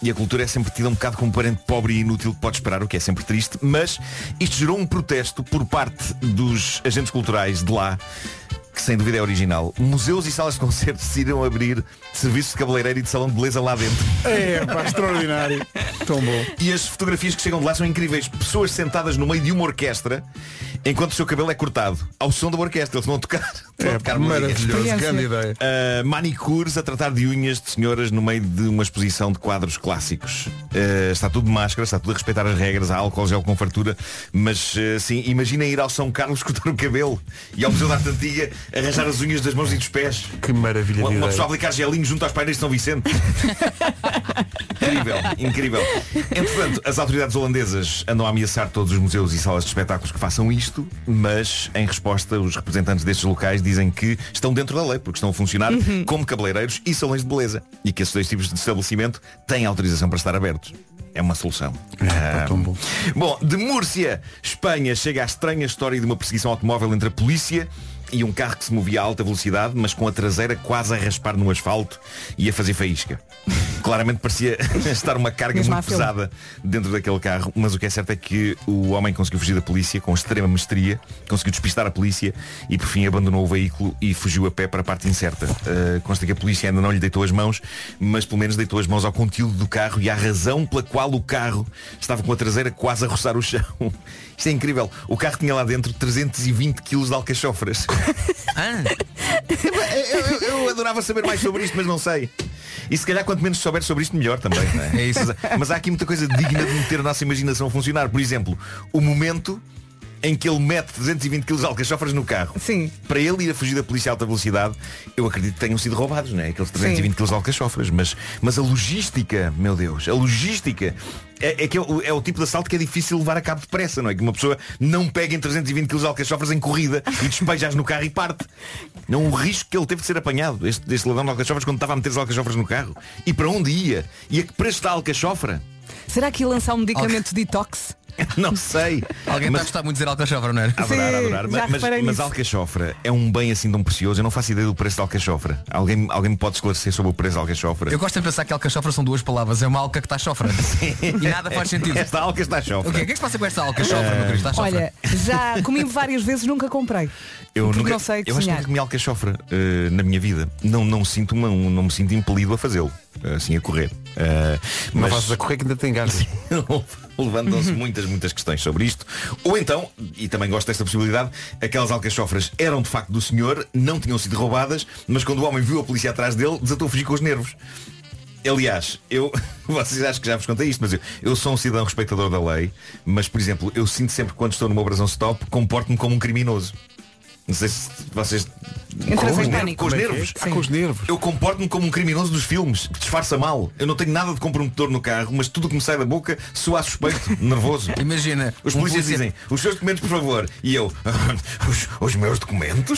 P: E a cultura é sempre tida um bocado como parente pobre e inútil que pode esperar, o que é sempre triste. Mas isto gerou um protesto por parte dos agentes culturais de lá que sem dúvida é original. Museus e salas de concertos decidiram abrir serviços de cabeleireiro e de salão de beleza lá dentro.
A: É, pá, extraordinário. Tão bom.
P: E as fotografias que chegam de lá são incríveis. Pessoas sentadas no meio de uma orquestra enquanto o seu cabelo é cortado. Ao som da orquestra, eles vão tocar. Estão a
A: É,
P: tocar
A: maravilhoso,
P: música.
A: grande ideia.
P: Uh, manicures a tratar de unhas de senhoras no meio de uma exposição de quadros clássicos. Uh, está tudo de máscara, está tudo a respeitar as regras, há álcool gel com fartura, mas uh, sim, imaginem ir ao São Carlos cortar o cabelo e ao Museu da Arte Antiga arranjar as unhas das mãos e dos pés.
A: Que maravilha
P: Uma,
A: de
P: uma
A: ideia.
P: pessoa a aplicar gelinho junto às painéis de São Vicente. incrível, incrível. Entretanto, as autoridades holandesas andam a ameaçar todos os museus e salas de espetáculos que façam isto, mas em resposta os representantes destes locais dizem que estão dentro da lei, porque estão a funcionar
A: Uhum.
P: como cabeleireiros e salões de beleza. E que esses dois tipos de estabelecimento têm autorização para estar abertos. É uma solução. Ah, bom. de Múrcia, Espanha, chega à estranha história de uma perseguição automóvel entre a polícia e um carro que se movia a alta velocidade, mas com a traseira quase a raspar no asfalto e a fazer faísca. Claramente parecia estar uma carga
B: Mesmo à
P: muito
B: filme.
P: pesada dentro daquele carro, mas o que é certo é que o homem conseguiu fugir da polícia com extrema mestria, conseguiu despistar a polícia e por fim abandonou o veículo e fugiu a pé para a parte incerta. Uh, consta que a polícia ainda não lhe deitou as mãos, mas pelo menos deitou as mãos ao conteúdo do carro e à razão pela qual o carro estava com a traseira quase a roçar o chão. Isto é incrível. O carro tinha lá dentro 320 quilos de alcachofras. Eu, eu- eu adorava saber mais sobre isto, mas não sei. E se calhar quanto menos souber sobre isto, melhor também. não é?
K: É isso.
P: Mas, mas há aqui muita coisa digna de meter a nossa imaginação a funcionar. Por exemplo, o momento em que ele mete 320 kg de alcachofras no carro.
B: Sim.
P: Para ele ir a fugir da polícia a alta velocidade, eu acredito que tenham sido roubados, não é? Aqueles 320 kg de alcachofras. Mas, mas a logística, meu Deus, a logística. É, é que é, o- é o tipo de assalto que é difícil levar a cabo depressa, não é? Que uma pessoa não pega em 320 kg de alcachofras em corrida e despeja-as no carro e parte. Não o risco que ele teve de ser apanhado, este, este ladrão de alcachofras, quando estava a meter as alcachofras no carro. E para onde ia? E a que preço está a alcachofra?
B: Será que ia lançar um medicamento detox?
P: Não sei.
K: Alguém está a
P: Mas-
K: gostar muito de dizer alcachofra, não é?
P: Adorar, adorar. Mas, mas, mas alcachofra é um bem assim tão precioso. Eu não faço ideia do preço de alcachofra. Alguém, alguém me pode esclarecer sobre o preço de alcachofra?
K: Eu gosto de pensar que alcachofra são duas palavras. É uma alca que está chofra. E nada faz sentido.
P: Esta alca está chofra.
K: O quê? O que é que se passa com esta alca chofra, meu querido? Está chofra?
B: Olha, já comi várias vezes, nunca comprei.
P: Eu
B: porque
P: nunca,
B: não sei
P: eu acho que
B: cozinhar.
P: nunca comi alcachofra eh, na minha vida. Não, não, sinto uma, um- não me sinto impelido a fazê-lo, assim a correr. Eh,
A: Não
P: mas
A: faças a correr que ainda tem gás.
P: Levantam-se muitas, muitas questões sobre isto. Ou então, e também gosto desta possibilidade, aquelas alcachofras eram de facto do senhor, não tinham sido roubadas, mas quando o homem viu a polícia atrás dele, desatou a fugir com os nervos. Aliás, eu, vocês acham que já vos contei isto, mas eu, eu sou um cidadão respeitador da lei, mas, por exemplo, eu sinto sempre que quando estou numa operação stop, comporto-me como um criminoso. Não sei se vocês...
A: Entras
P: com,
A: em
P: os nervos,
A: pânico.
P: com os
A: Como é que é?
P: nervos.
A: Ah, com os nervos.
P: Eu comporto-me como um criminoso dos filmes, que disfarça mal. Eu não tenho nada de comprometedor no carro, mas tudo o que me sai da boca soa a suspeito, nervoso.
K: Imagina.
P: Os
K: um
P: polícias
K: polícia-
P: dizem, os seus documentos, por favor. E eu, "Ah, os, os meus documentos?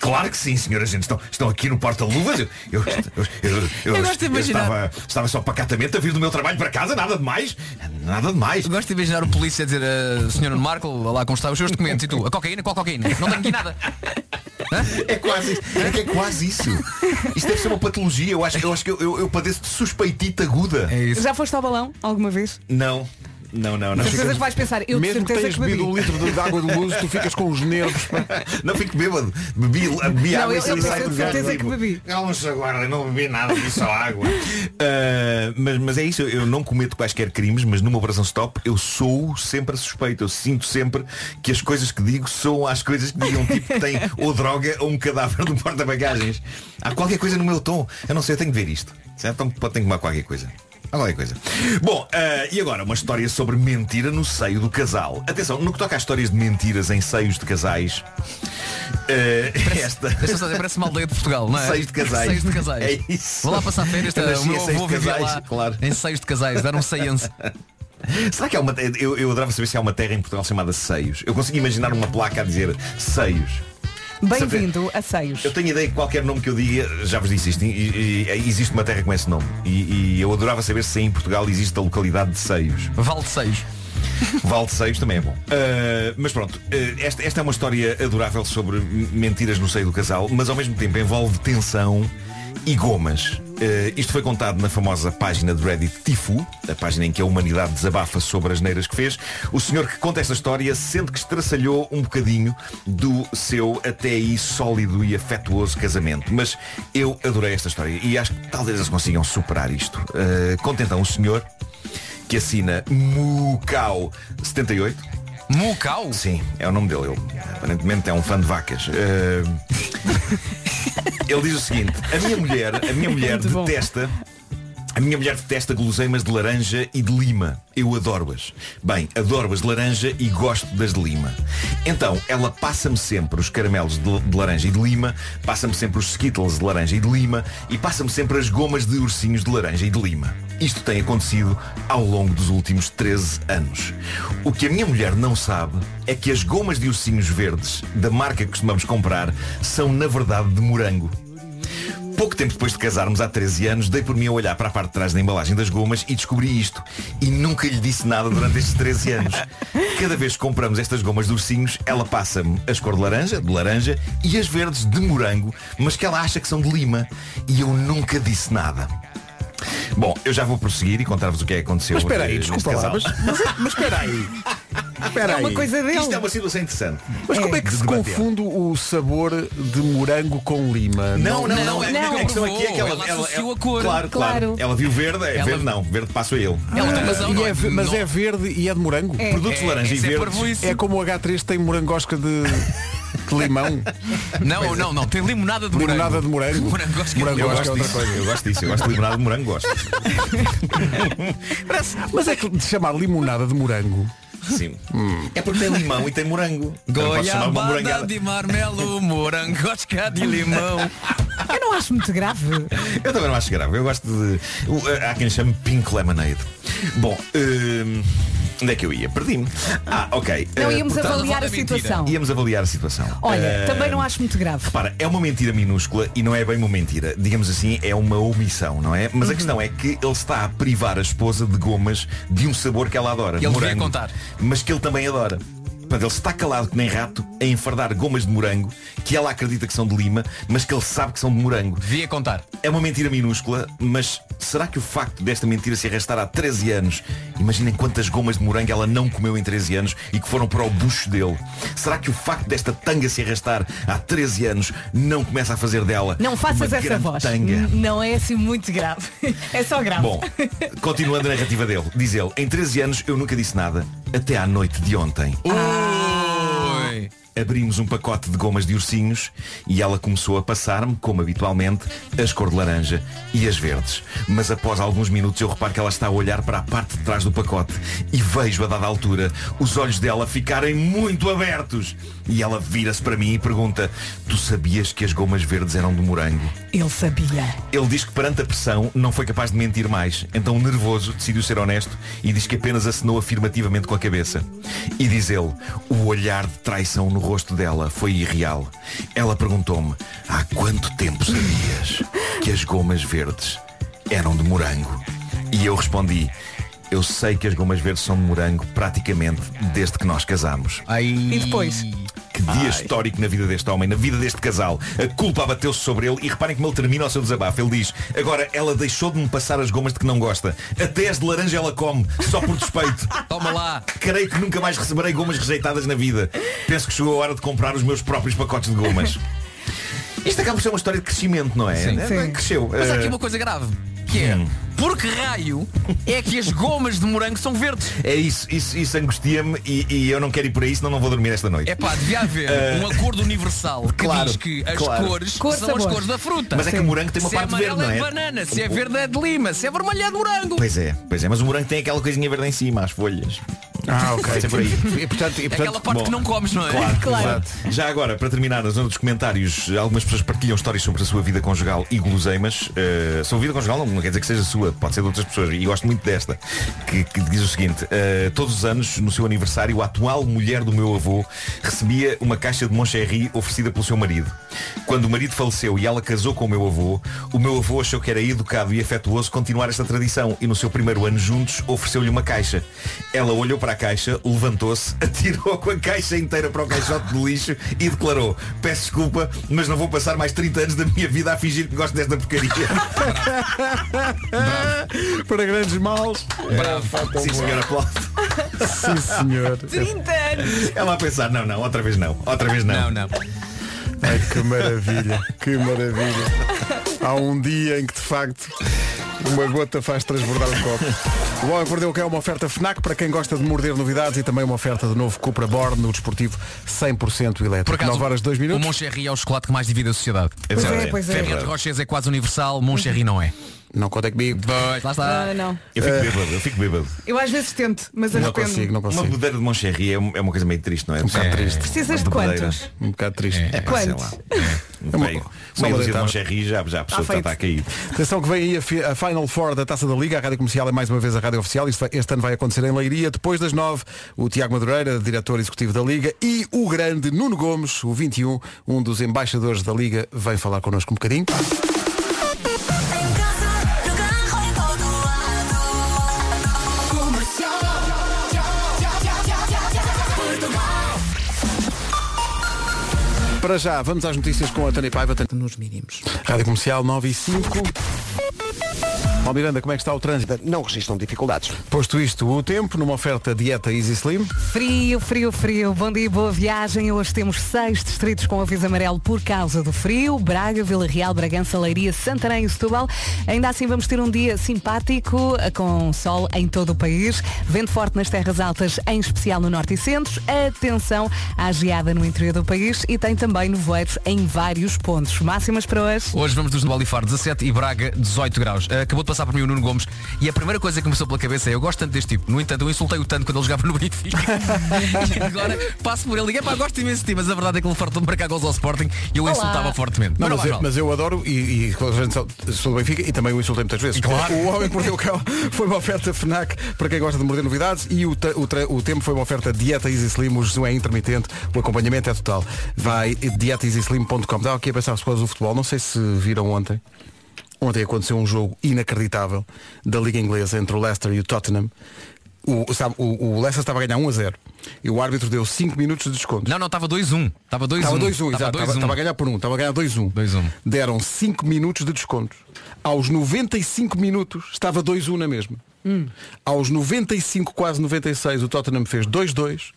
P: Claro que sim, senhora gente. Estão, estão aqui no porta-luvas. Eu, eu, eu, eu- eu-
K: Eu gosto de
P: eu
K: imaginar.
P: estava, estava só pacatamente a vir do meu trabalho para casa, nada de mais. Nada de mais.
K: Gosto de imaginar o polícia a dizer a senhora Marco, lá como está, os seus documentos e tu, a cocaína, qual cocaína? Não tenho aqui nada.
P: É quase isso. É que é quase isso. Isto deve ser uma patologia. Eu acho, eu acho que eu, eu, eu padeço de suspeitita aguda. É
B: Já foste ao balão alguma vez?
P: Não. Não, não, não.
B: Mas coisas que vais pensar, eu de
P: Mesmo que
B: certeza
P: tenhas
B: que bebi.
P: bebido um litro de- de água de luz, tu ficas com os nervos. Não fico bêbado. Bebi, bebi
B: Não,
P: água
B: eu-
P: e saí
B: eu
P: sai
B: tenho
P: do
B: certeza que bebi.
P: Calma-se agora, eu não bebi nada, bebi só água. Ah, mas, mas é isso, eu não cometo quaisquer crimes, mas numa operação stop eu sou sempre a suspeita. Eu sinto sempre que as coisas que digo são as coisas que digam um tipo que tem ou droga ou um cadáver no porta-bagagens. Há qualquer coisa no meu tom. Eu não sei, eu tenho que ver isto. Certo? Então pode- tenho que tomar qualquer coisa. Há qualquer coisa. Bom, ah, e agora uma história sobre mentira no seio do casal. Atenção, no que toca a histórias de mentiras em seios de casais, ah, esta.
K: Deixa-me só dizer, parece uma aldeia de Portugal, não é?
P: Seis de casais.
K: Seis de casais.
P: É isso.
K: Vou lá passar férias, tá?
P: Eu nasci
K: o meu
P: em seis
K: avô
P: de
K: vivia
P: casais,
K: lá
P: claro.
K: em seis de casais, dar um seiense.
P: Será que há uma eu, eu adorava saber se há uma terra em Portugal chamada Seios. Eu consigo imaginar uma placa a dizer Seios.
B: Bem-vindo a Seios.
P: Eu tenho ideia que qualquer nome que eu diga, já vos disse isto, e- e- e existe uma terra com esse nome. E, e eu adorava saber se em Portugal existe a localidade de Seios.
K: Vale de Seios.
P: Vale de Seios também é bom. Ah, mas pronto, ah, esta, esta é uma história adorável sobre m- mentiras no seio do casal, mas ao mesmo tempo envolve tensão e gomas. Ah, isto foi contado na famosa página de Reddit Tifu, a página em que a humanidade desabafa sobre as neiras que fez. O senhor que conta esta história sente que estraçalhou um bocadinho do seu até aí sólido e afetuoso casamento. Mas eu adorei esta história e acho que talvez eles consigam superar isto. Ah, conta então o senhor que assina Mucau 78.
K: Mucau?
P: Sim, é o nome dele. Ele, aparentemente é um fã de vacas. Eh, ele diz o seguinte, a minha mulher, a minha mulher
M: Muito bom.
P: detesta. A minha mulher detesta guloseimas de laranja e de lima. Eu adoro-as. Bem, adoro-as de laranja e gosto das de lima. Então, ela passa-me sempre os caramelos de, de laranja e de lima, passa-me sempre os skittles de laranja e de lima e passa-me sempre as gomas de ursinhos de laranja e de lima. Isto tem acontecido ao longo dos últimos 13 anos. O que a minha mulher não sabe é que as gomas de ursinhos verdes, da marca que costumamos comprar, são na verdade de morango. Pouco tempo depois de casarmos, há 13 anos, dei por mim a olhar para a parte de trás da embalagem das gomas e descobri isto. E nunca lhe disse nada durante estes 13 anos. Cada vez que compramos estas gomas de ursinhos, ela passa-me as cor de laranja, de laranja, e as verdes de morango, mas que ela acha que são de lima. E eu nunca disse nada. Bom, eu já vou prosseguir e contar-vos o que é que aconteceu.
A: Mas espera
P: eh,
A: aí,
P: neste
A: desculpa lá,
P: casal.
A: mas, mas, mas espera aí. Espera aí.
P: Isto é uma situação interessante.
A: Mas como é que
P: De
A: se
P: debater.
A: confunde o sabor de morango com lima?
P: Não, não, não. é- A questão aqui é que ela, ela- Claro, claro. Ela viu verde, é
A: Ela-
P: verde não. Verde passa a ele.
K: um
A: Ah,
P: Ah,
A: e é ve- mas é verde e é de morango.
P: É. Produtos É, laranja e isso é verdes. parvoíce.
A: É como o H3 tem morangosca de, de limão.
K: Não, não, não. Tem limonada de morango.
A: Limonada de morango.
K: Morangosca de
P: eu,
A: Morangosca é
P: gosto
A: outra
P: disso,
A: coisa.
P: eu gosto disso, eu gosto de limonada de morango, gosto.
A: Mas é que de chamar limonada de morango.
P: Sim. É porque tem limão e tem morango. Então eu posso chamar uma
K: Goiabada
P: morangada.
K: de marmelo, morangosca de limão.
B: Eu não acho muito grave.
P: Eu também não acho grave. Eu gosto de. o- eh, Há quem chame Pink Lemonade. Bom, hum, onde é que eu ia? Perdi-me. Ah, ok.
B: Não,
P: Eh,
B: íamos avaliar a
P: é mentira.
B: situação.
P: Íamos avaliar a situação.
B: Olha,
P: Eh,
B: também não acho muito grave.
P: Repara, é uma mentira minúscula e não é bem uma mentira. Digamos assim, é uma omissão, não é?
K: Uhum.
P: Mas a questão é que ele está a privar a esposa de gomas de um sabor que ela adora.
K: E ele devia
P: morango.
K: contar.
P: Mas que ele também adora. Portanto, ele está calado que nem rato a enfardar gomas de morango que ela acredita que são de lima, mas que ele sabe que são de morango.
K: Devia contar.
P: É uma mentira minúscula, mas será que o facto desta mentira se arrastar há 13 anos, imaginem quantas gomas de morango ela não comeu em 13 anos e que foram para o bucho dele? Será que o facto desta tanga se arrastar há 13 anos não começa a fazer dela
B: Não faças
P: uma
B: essa
P: grande
B: voz.
P: tanga?
B: N- Não é assim muito grave. É só grave.
P: Bom, continuando a narrativa dele, diz ele, em 13 anos eu nunca disse nada, até à noite de ontem. Ah. Abrimos um pacote de gomas de ursinhos e ela começou a passar-me, como habitualmente, as cor de laranja e as verdes. Mas após alguns minutos eu reparo que ela está a olhar para a parte de trás do pacote e vejo a dada altura os olhos dela ficarem muito abertos. E ela vira-se para mim e pergunta, tu sabias que as gomas verdes eram de morango?
B: Ele sabia.
P: Ele diz que perante a pressão não foi capaz de mentir mais, então nervoso decidiu ser honesto e diz que apenas acenou afirmativamente com a cabeça. E diz ele, o olhar de traição no rosto dela foi irreal. Ela perguntou-me, há quanto tempo sabias que as gomas verdes eram de morango? E eu respondi, eu sei que as gomas verdes são de morango praticamente desde que nós casamos.
B: E depois?
P: Que dia histórico na vida deste homem, na vida deste casal. A culpa abateu-se sobre ele e reparem como ele termina o seu desabafo. Ele diz, agora ela deixou de me passar as gomas de que não gosta. Até as de laranja ela come, só por despeito.
K: Toma lá.
A: Ah.
P: Creio que nunca mais receberei gomas rejeitadas na vida. Penso que chegou a hora de comprar os meus próprios pacotes de gomas. Isto acaba por ser uma história de crescimento, não é?
K: Sim.
P: É,
K: Sim.
P: Cresceu.
K: Mas há aqui
P: Eh,
K: uma coisa grave. Que
A: Hum.
K: é, por que raio é que as gomas de morango são verdes?
P: É isso, isso, isso angustia-me e, e eu não quero ir por aí, senão não vou dormir esta noite.
K: É pá, devia haver
P: Eh,
K: um acordo universal que
P: claro,
K: diz que as
P: claro.
K: cores
P: Cor,
K: são
P: sabor.
K: as cores da fruta.
P: Mas é que o morango tem uma
K: se
P: parte
K: é amarelo
P: verde, não é?
K: é de banana, se é verde é de lima, se é vermelho é de morango.
P: Pois é, pois é, mas o morango tem aquela coisinha verde em cima, as folhas.
A: Ah, ok.
P: Vai ser por aí.
A: E, portanto, e,
K: É aquela
P: Portanto,
K: parte
P: bom.
K: que não comes, não é?
P: Claro, exato. Já agora, para terminar, na zona dos comentários, algumas pessoas partilham histórias sobre a sua vida conjugal e guloseimas. Uh, sobre a vida conjugal não, não quer dizer que seja sua, pode ser de outras pessoas. E gosto muito desta, que, que diz o seguinte. uh, todos os anos, no seu aniversário, a atual mulher do meu avô recebia uma caixa de Moncherry oferecida pelo seu marido. Quando o marido faleceu e ela casou com o meu avô, o meu avô achou que era educado e afetuoso continuar esta tradição e no seu primeiro ano juntos ofereceu-lhe uma caixa. Ela olhou para a caixa, levantou-se, atirou com a caixa inteira para o caixote de lixo e declarou, peço desculpa, mas não vou passar mais 30 anos da minha vida a fingir que gosto desta porcaria.
A: Para grandes males.
P: Bravo. Sim, senhor, aplaude.
A: Sim, senhor.
B: 30 anos.
P: Ela a pensar, não, não, outra vez não, outra vez não.
K: Não, não.
A: Ai, que maravilha, que maravilha. Há um dia em que de facto uma gota faz transbordar um copo. O Homem que Mordeu o Cão é uma oferta FNAC para quem gosta de morder novidades e também uma oferta de novo Cupra Born no desportivo 100%
K: Por
A: elétrico.
K: acaso,
A: 9 horas 2 minutos.
K: O Moncherry é o chocolate que mais divide a sociedade.
A: É Pois verdade, é, pois é. é
K: Ferreira
A: verdade.
K: de Rochers é quase universal, Moncherry não é.
A: Não conta comigo.
K: Pois, lá está.
B: Ah, não.
P: Eu fico bêbado, eu fico bêbado.
B: Eu às vezes tento, mas arrependo.
P: Uma bodeira de Moncherry é um- é uma coisa meio triste, não é? Um bocado triste.
B: Precisas de
P: Uma bodeira.
B: quantos?
A: Um bocado triste.
P: É, pá, sei lá.
B: Quantos?
P: É. Meio, meio dúzia de
A: deitada.
P: Moncherry já, já a pessoa está,
A: feito.
P: está a cair.
A: Atenção que vem aí a, fi- a Final Four da Taça da Liga, a Rádio Comercial é mais uma vez a Rádio Oficial, Isto vai- este ano vai acontecer em Leiria, depois das nove, o Tiago Madureira, diretor executivo da Liga, e o grande Nuno Gomes, o 21, um dos embaixadores da Liga, vem falar connosco um bocadinho. Para já, vamos às notícias com a Tânia Paiva. Nos mínimos. Rádio Comercial 9 e 5. Ó Miranda, como é que está o trânsito?
D: Não registram dificuldades.
A: Posto isto, o tempo numa oferta dieta Easy Slim.
B: Frio, frio, frio. Bom dia, boa viagem. Hoje temos seis distritos com aviso amarelo por causa do frio. Braga, Vila Real, Bragança, Leiria, Santarém e Setúbal. Ainda assim vamos ter um dia simpático, com sol em todo o país. Vento forte nas terras altas, em especial no norte e centro. Atenção à geada no interior do país e tem também nevoeiros em vários pontos. Máximas para hoje.
K: Hoje vamos dos no Alifar 17 e Braga 18 graus. Ah, Acabou de passar por mim o Nuno Gomes e a primeira coisa que me passou pela cabeça é eu gosto tanto deste tipo. No entanto, eu insultei o tanto quando ele jogava no Benfica. e agora passo por ele. Liguei para gosto imenso de ti, mas a verdade é que ele fartou-me para cá gols ao Sporting e eu o
A: Olá.
K: insultava fortemente.
A: Não,
K: Mas não
A: mas,
K: vai
A: eu,
K: mal.
A: mas eu adoro e, e com a gente sou- sou do Benfica e também o insultei muitas vezes.
K: Claro.
A: O Homem que Mordeu o Cão foi uma oferta FNAC para quem gosta de morder novidades e o, te- o, tre- o tempo foi uma oferta Dieta Easy Slim, o jejum é intermitente, o acompanhamento é total. Vai dietaeasyslim.com. Dá aqui a pensar as coisas do futebol, não sei se viram ontem. Ontem aconteceu um jogo inacreditável da Liga Inglesa entre o Leicester e o Tottenham. O, sabe, o, o Leicester estava a ganhar 1 a 0 e o árbitro deu 5 minutos de desconto.
K: Não, um. não, estava 2-1. Estava 2-1.
A: Estava 2-1,
K: Estava
A: exato.
K: 2-1.
A: Estava estava a ganhar por 1, estava a ganhar 2-1. 2-1. Deram 5 minutos de desconto. Aos 95 minutos estava 2-1 na mesma. Aos 95, quase 96, o Tottenham fez 2-2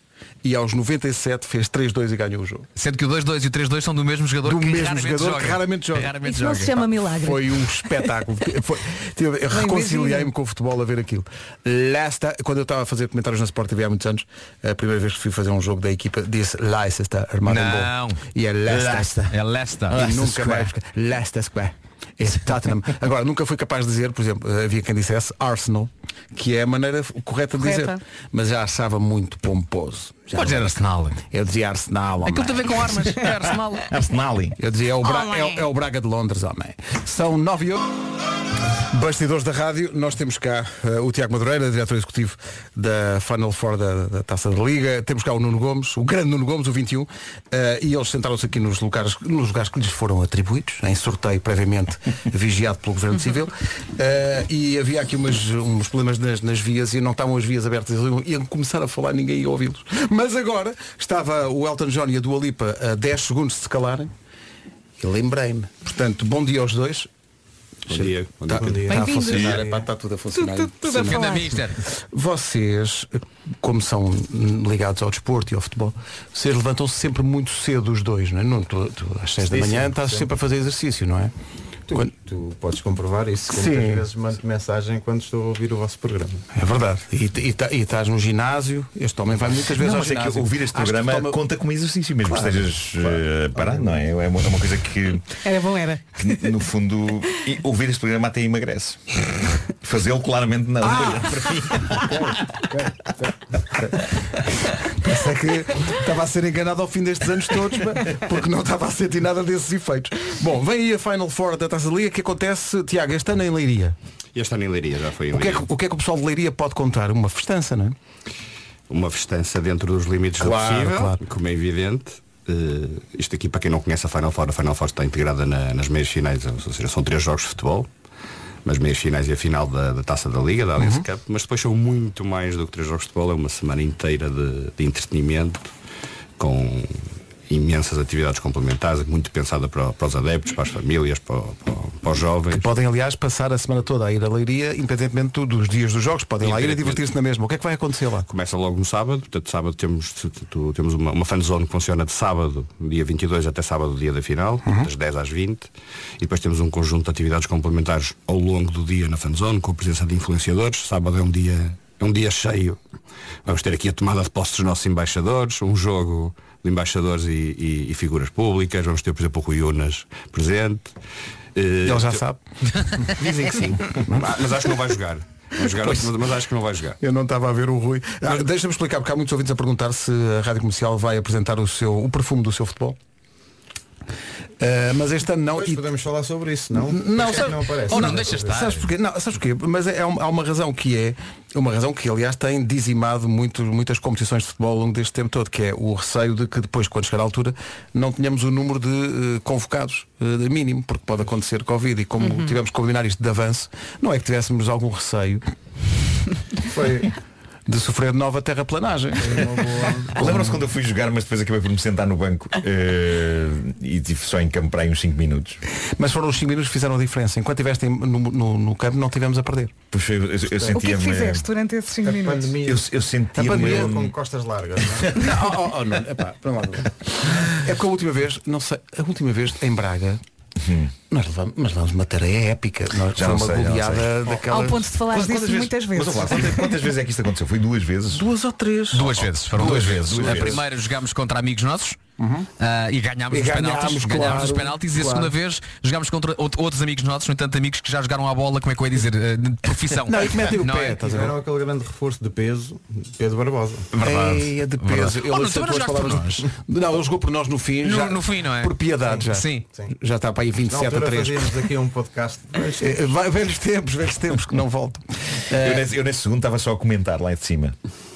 A: e aos 97 fez 3-2 e ganhou o jogo.
K: Sendo que o 2-2 e o 3-2 são do mesmo jogador
A: Do
K: que
A: mesmo
K: raramente
A: jogador
K: joga.
A: que raramente joga.
K: Raramente
B: Isso não se
K: joga.
B: chama milagre.
A: Foi um espetáculo. Foi- eu Reconciliei-me com o futebol a ver aquilo. Leicester, quando eu estava a fazer comentários na Sport TV há muitos anos, a primeira vez que fui fazer um jogo da equipa disse Leicester, armado em gol.
K: Não.
A: E é Leicester.
K: É Leicester.
A: E nunca mais. Leicester Square. Esse Tottenham. Agora, nunca fui capaz de dizer, por exemplo, havia quem dissesse Arsenal, que é a maneira correta de
K: Correta.
A: dizer. Mas já achava muito pomposo. Já
K: Pode dizer Arsenal.
A: Eu dizia Arsenal. homem.
K: é. Aquilo tem a ver com armas. É Arsenal.
A: Arsenal. Eu dizia, é o, Bra-
K: Homem.
A: é, o- é o Braga de Londres, homem. São 9 e 8. Bastidores da rádio, nós temos cá eh, o Tiago Madureira, diretor executivo da Final Four da, da Taça da Liga, temos cá o Nuno Gomes, o grande Nuno Gomes, o 21, eh, e eles sentaram-se aqui nos lugares, nos lugares que lhes foram atribuídos, em sorteio previamente vigiado pelo Governo Civil, eh, e havia aqui umas- uns problemas nas, nas vias e não estavam as vias abertas, eles iam começar a falar, ninguém ia ouvi-los. Mas agora estava o Elton John e a Dua Lipa a 10 segundos de se calarem, e lembrei-me. Portanto, bom dia aos dois. Bom dia. Está a
K: Bem-vindos.
A: funcionar,
K: Bom dia.
A: epá, está tá tudo a funcionar.
K: Tudo, tudo, tudo a
A: Impressionante.
K: falar. Ganda mister.
A: Vocês, como são hum, ligados ao desporto e ao futebol, vocês levantam-se sempre muito cedo os dois, não é? Nuno, tu, tu, às 6 da
M: Sim,
A: manhã
M: sim,
A: estás
M: sempre.
A: sempre a fazer exercício, não é?
M: Tu,
A: Quando-
M: tu podes comprovar isso. que
A: Sim.
M: Muitas vezes mando mensagem quando estou a ouvir o vosso programa.
A: É verdade. E, e, tá- e estás no ginásio, este homem vai muitas vezes
P: Não,
A: ao
P: mas é
A: ginásio.
P: que ouvir este
A: Acho que
P: programa
A: toma-
P: conta como exercício, mesmo
A: Claro.
P: que estejas eh, parado, não é? É uma, é uma coisa que,
B: Era bom, era.
P: que, no fundo, e- ouvir este programa até emagrece. Fazê-lo claramente não.
A: Pensei é que estava a ser enganado ao fim destes anos todos, pá, porque não estava a sentir nada desses efeitos. Bom, vem aí a Final Four da Taça da Liga que acontece, Tiago, este ano em Leiria.
O: Este ano em Leiria já foi em
A: O que, é
O: Leiria.
A: que, o que é que o pessoal de Leiria pode contar? Uma festança, não é?
O: Uma festança dentro dos limites do
A: Claro,
O: possível,
A: claro.
O: como é evidente. Eh, isto aqui, para quem não conhece a Final Four, a Final Four está integrada na- nas meias finais, ou seja, são três jogos de futebol, mas meias finais e a final da, da Taça da Liga, da
A: Uhum.
O: Allianz Cup, mas depois são muito mais do que três jogos de futebol, é uma semana inteira de, de entretenimento, com imensas atividades complementares, muito pensada para, o- para os adeptos, para as famílias, para, o- para o- para os jovens.
A: Podem, aliás, passar a semana toda a ir à Leiria, independentemente do- dos dias dos jogos, podem lá ir e divertir-se na mesma. O que é que vai acontecer lá?
O: Começa logo no sábado, portanto sábado temos, tu- tu- temos uma, uma fanzone que funciona de sábado, dia 22 até sábado, dia da final,
M: Uhum.
O: das 10 às 20, e depois temos um conjunto de atividades complementares ao longo do dia na fanzone, com a presença de influenciadores, sábado é um dia, é um dia cheio, vamos ter aqui a tomada de posse dos nossos embaixadores, um jogo de embaixadores e, e- e figuras públicas, vamos ter, por exemplo, o Rui Unas presente. Ele
A: já sabe?
O: Eh, Dizem que sim,
M: é?
O: Ah, mas acho que não vai jogar. Vai jogar
A: Pois.
O: mas acho que não vai jogar.
A: Eu não estava a ver o Rui. Ah, Deixa-me explicar, porque há muitos ouvintes a perguntar se a Rádio Comercial vai apresentar o, seu, o perfume do seu futebol. Ah, mas este ano não. e-
M: Podemos falar sobre isso, não?
A: N- Não,
M: Porque é que
A: sabe-
M: não aparece.
A: Sabes Sabes porquê? Não, sabes porquê? Mas é, é uma- há uma razão que é, uma razão que aliás tem dizimado muito, muitas competições de futebol ao longo deste tempo todo, que é o receio de que depois, quando chegar à altura, não tenhamos o número de eh, convocados eh, de mínimo, porque pode acontecer Covid e como tivemos que combinar isto de avanço, não é que tivéssemos algum receio. Foi. de sofrer nova terraplanagem.
P: Lembram-se quando eu fui jogar, mas depois acabei por me sentar no banco eh, e tive só em campo para aí uns 5 minutos.
A: Mas foram os 5 minutos que fizeram a diferença. Enquanto estiveste em- no, no- no campo, não tivemos a perder.
P: Puxa, eu, eu- eu
B: O que é
P: sentia-me.
B: que fizeste durante esses 5 minutos?
P: Eu, eu
A: A
P: sentia-me. um-
A: pandemia-
M: Com costas largas. é?
A: Oh, oh, não. Epá, pelo amor de Deus. É porque a última vez, não sei, a última vez em Braga,
M: Hum.
A: nós levamos, mas levamos uma tareia épica. Nós
P: Já
A: foi
P: não
A: uma
P: sei, já não
A: goleada
P: sei.
A: daquelas.
B: Ao ponto de falar
P: Mas
B: disso
P: quantas vezes-
B: muitas
P: Mas
B: vezes.
P: vamos lá, quantas, quantas vezes é que isto aconteceu? Foi duas vezes?
A: Duas ou três.
K: Duas vezes, foram
P: Duas
K: duas,
P: vezes,
K: vezes.
P: duas
K: a
P: vezes.
K: primeira jogámos contra amigos nossos ah, e ganhámos
A: Uhum. E
K: os
A: ganhámos,
K: penaltis.
A: claro,
K: ganhámos os penaltis e a
A: claro.
K: segunda vez jogámos contra out- outros amigos nossos, no entanto amigos que já jogaram à bola, como é que eu ia dizer? ah, de profissão. Não é?
M: Tiveram aquele grande reforço de peso, Pedro Barbosa.
A: Eia, de peso. Ele aceitou as palavras- Não, ele jogou por nós no fim.
M: No-
A: já-
M: no fim, não é?
A: Por piedade já.
M: Sim. Sim.
A: Já está para aí
M: Na
A: 27 a
M: altura
A: 3.
M: fazíamos aqui um podcast.
A: Eh, vai- Velhos tempos, velhos tempos que não voltam. Eh,
P: Eu, nesse, eu nesse segundo estava só a comentar lá de cima. Eh,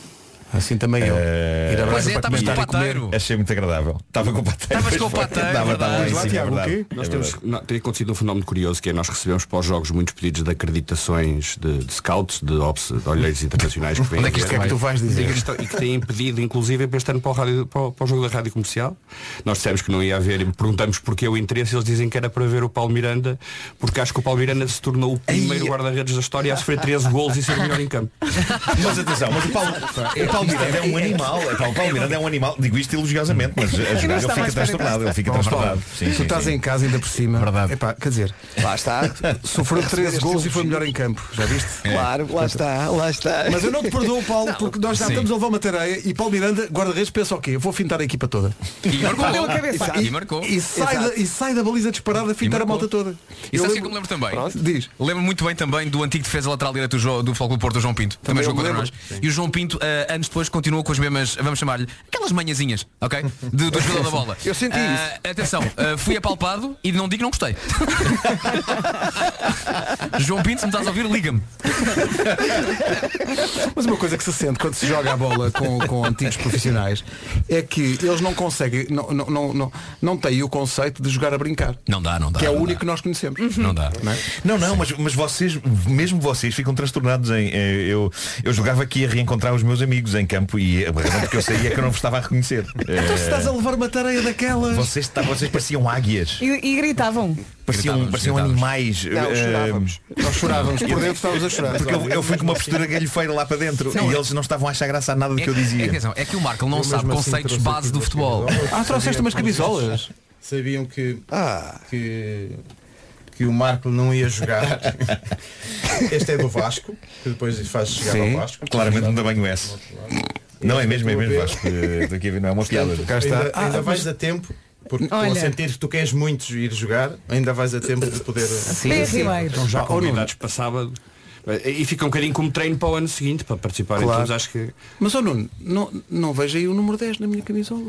A: Assim também eu.
M: Eh,
K: Ir a Pois Braga é, para estavas comentar com o e comer. pateiro.
P: Achei muito agradável. Estava com o pateiro. Estavas com o pateiro. Estava, estava lá em cima, é verdade.
O: Nós
P: É
O: temos-
P: verdade.
O: não, tem acontecido um fenómeno curioso que é nós recebemos para os jogos muitos pedidos de acreditações de, de scouts, de, ops, de olheiros internacionais. vêm
A: Onde é que isto
O: ver.
A: é que tu vais dizer?
O: E que, estão- e que têm pedido, inclusive, para este ano para o, rádio- para o- para o jogo da rádio comercial. Nós dissemos que não ia haver e perguntamos porquê o interesse. Eles dizem que era para ver o Paulo Miranda, porque acho que o Paulo Miranda se tornou o primeiro guarda-redes da história a sofrer 13 golos e ser o melhor em campo.
P: Mas atenção, mas o Paulo, o Paulo Miranda é um animal. O Paulo Miranda é um animal. Digo isto elogiosamente, mas a
A: Eu não
P: jogar ele
A: estava à
P: fica
A: espera
P: transtornado. Ele fica
A: Ó, Paulo,
P: transtornado. Sim,
A: tu
P: sim,
A: estás
P: sim.
A: em casa ainda por cima. Verdade. Epá, quer dizer,
D: lá está.
A: Sofreu 13
D: Recebeste
A: gols e
D: elogios.
A: foi melhor em campo. Já viste?
D: Claro, lá está, lá está.
A: Mas eu não te perdoo, Paulo, porque nós já
D: sim.
A: estamos a levar uma tareia e Paulo Miranda, guarda-redes, pensa o quê? Eu vou fintar a equipa toda.
K: E marcou.
A: Deu a cabeça.
K: E marcou.
A: E sai,
K: Exato.
A: da, e sai da baliza disparada a fintar a malta toda.
K: E
A: Eu
K: sabes o que
A: lembro-
K: é que eu me lembro também?
A: Diz.
K: Lembro muito bem também do antigo defesa lateral direito do, jo- do Futebol Clube do Porto, o João Pinto. Também,
A: Também
K: jogou
A: eu
K: contra
A: me
K: nós.
A: lembro.
K: E o João Pinto, ah, anos depois, continua com as mesmas, vamos chamar-lhe, aquelas manhazinhas, ok? Do, do jogador da bola.
A: Eu senti
K: Ah, Atenção, ah, fui apalpado e não digo que não gostei. João Pinto, se me estás a ouvir, liga-me.
A: Mas uma coisa que se sente quando se joga a bola com, com antigos profissionais é que eles não conseguem, não, não, não, não, não têm o conceito de jogar a brincar.
K: Não dá, não dá.
A: que é o
K: não
A: único é? que nós conhecemos.
K: Não dá.
P: Não, não, mas, mas vocês, mesmo vocês, ficam transtornados em. eh, Eu, eu jogava aqui a reencontrar os meus amigos em campo e a razão porque eu saía é que eu não vos estava a reconhecer.
A: Então se estás
P: Eh,
A: a levar uma tareia daquelas.
P: Vocês, tá- vocês pareciam águias.
B: E, e gritavam.
P: Pareciam,
A: Gritávamos,
P: pareciam
A: gritávamos.
P: animais.
A: Não,
P: eh,
A: chorávamos. é- Nós chorávamos, por dentro estávamos a chorar.
P: Porque eu, eu fui com uma postura galhofeira lá para dentro
K: Não,
P: e
K: é-
P: eles não estavam a achar graça a nada do
K: É
P: que eu
K: que-
P: dizia.
K: é que, atenção, é que o Marco não sabe
A: assim
K: conceitos base do futebol.
A: Ah, trouxeste umas camisolas?
M: Sabiam que, que, que o Marco não ia jogar. este é do Vasco, que depois faz chegar
P: Sim.
M: ao Vasco.
P: Claramente não dá bem o S. Não é mesmo, é mesmo,
M: Portanto,
P: Vasco. eh, Estou aqui a ver, não é uma piada.
A: Tá?
M: Ainda,
P: Ah,
M: ainda
P: mas-
M: vais a tempo, porque estou a
P: Olha.
M: sentir que tu queres muito ir jogar, ainda vais a tempo de poder.
A: eh,
B: Sim, sim.
O: Então já há
M: Ou não.
O: convidados para sábado. E fica um bocadinho como treino para o ano seguinte para participar.
A: Claro.
O: Então, acho que
A: Mas ó Nuno, não, não vejo aí o número 10 na minha camisola.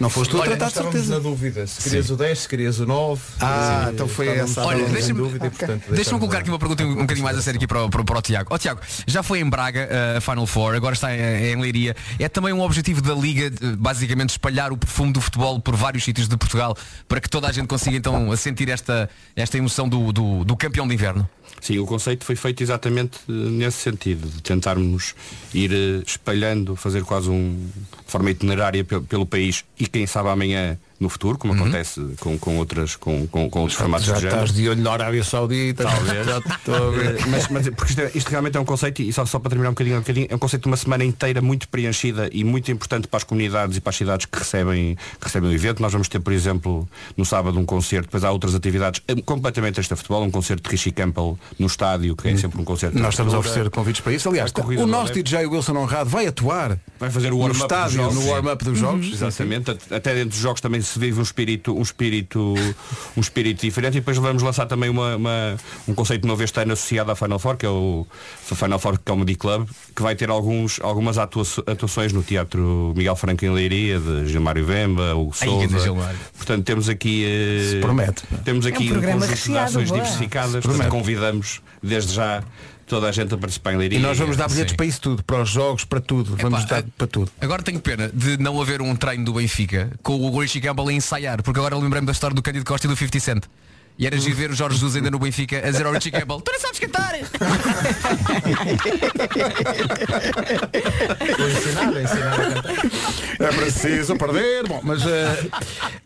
A: Não foste tu a
M: Olha,
A: tratar de
M: estávamos
A: certeza.
M: na dúvida, se querias o 10, se querias o 9.
A: Ah, então foi essa a
K: Olha,
M: Olha,
K: deixa-me
M: dúvida, é e, portanto,
K: deixa-me
M: deixámos
K: colocar aqui uma pergunta um, um bocadinho mais a sério aqui para, o- para, o- para o Tiago. Ó Tiago, já foi em Braga eh, a Final Four, agora está em, em Leiria. É também um objetivo da Liga, eh, basicamente, espalhar o perfume do futebol por vários sítios de Portugal para que toda a gente consiga então sentir esta, esta emoção do, do, do campeão de inverno.
O: Sim, o conceito foi feito exatamente eh, nesse sentido, de tentarmos ir eh, espalhando, fazer quase um, de forma itinerária pe- pelo país e quem sabe amanhã no futuro, como acontece com, com, outras, com, com, com outros formatos
A: já
O: de género.
A: estás de olho na Arábia Saudita.
O: Talvez.
A: Já estou a ver.
O: Eh, mas, mas porque isto, é- isto realmente é um conceito, e só, só para terminar um bocadinho, um bocadinho, é um conceito de uma semana inteira muito preenchida e muito importante para as comunidades e para as cidades que recebem, que recebem o evento. Nós vamos ter, por exemplo, no sábado um concerto, depois há outras atividades eh, completamente extra futebol, um concerto de Richie Campbell no estádio,
P: Hum.
O: que é sempre um concerto.
A: Nós estamos a
O: cultura.
A: oferecer convites para isso. Aliás,
O: A corrida
A: o
O: do
A: nosso
O: Alep.
A: DJ Wilson Honrado vai atuar.
O: Vai fazer o
A: no
O: warm-up dos
A: estádio,
O: jogos. Uhum.
A: no warm-up dos jogos.
O: Exatamente. At- Até dentro dos jogos também se vive um espírito, um espírito, um espírito diferente. E depois vamos lançar também uma, uma- um conceito novo este ano associado à Final Four, que é o Final Four Comedy Club, que vai ter alguns, algumas atua- atuações no Teatro Miguel Franco em Leiria, de Gilmário Vemba, o
K: Ai, grande
O: Souza.
K: Gilmário.
O: Portanto, temos aqui... eh,
A: Se promete.
O: Temos
A: É um
O: aqui um,
A: programa
O: conjunto de
A: recheado,
O: ações
A: boa.
O: diversificadas.
A: Se
O: Portanto,
A: promete.
O: convidamos desde já toda a gente a participar em Leiria.
A: E nós vamos dar bilhetes
K: Sim.
A: para isso tudo, para os jogos, para tudo. Vamos
O: é
A: dar para tudo.
K: eh, Agora tenho pena de não haver um treino do Benfica com o Richie Campbell a ensaiar, porque agora lembrei-me da história do Cândido Costa e do 50 Cent. E era giro ver o Jorge Jesus ainda no Benfica a dizer ao Richie Campbell, tu não sabes cantar!
A: É preciso perder. Bom, mas eh,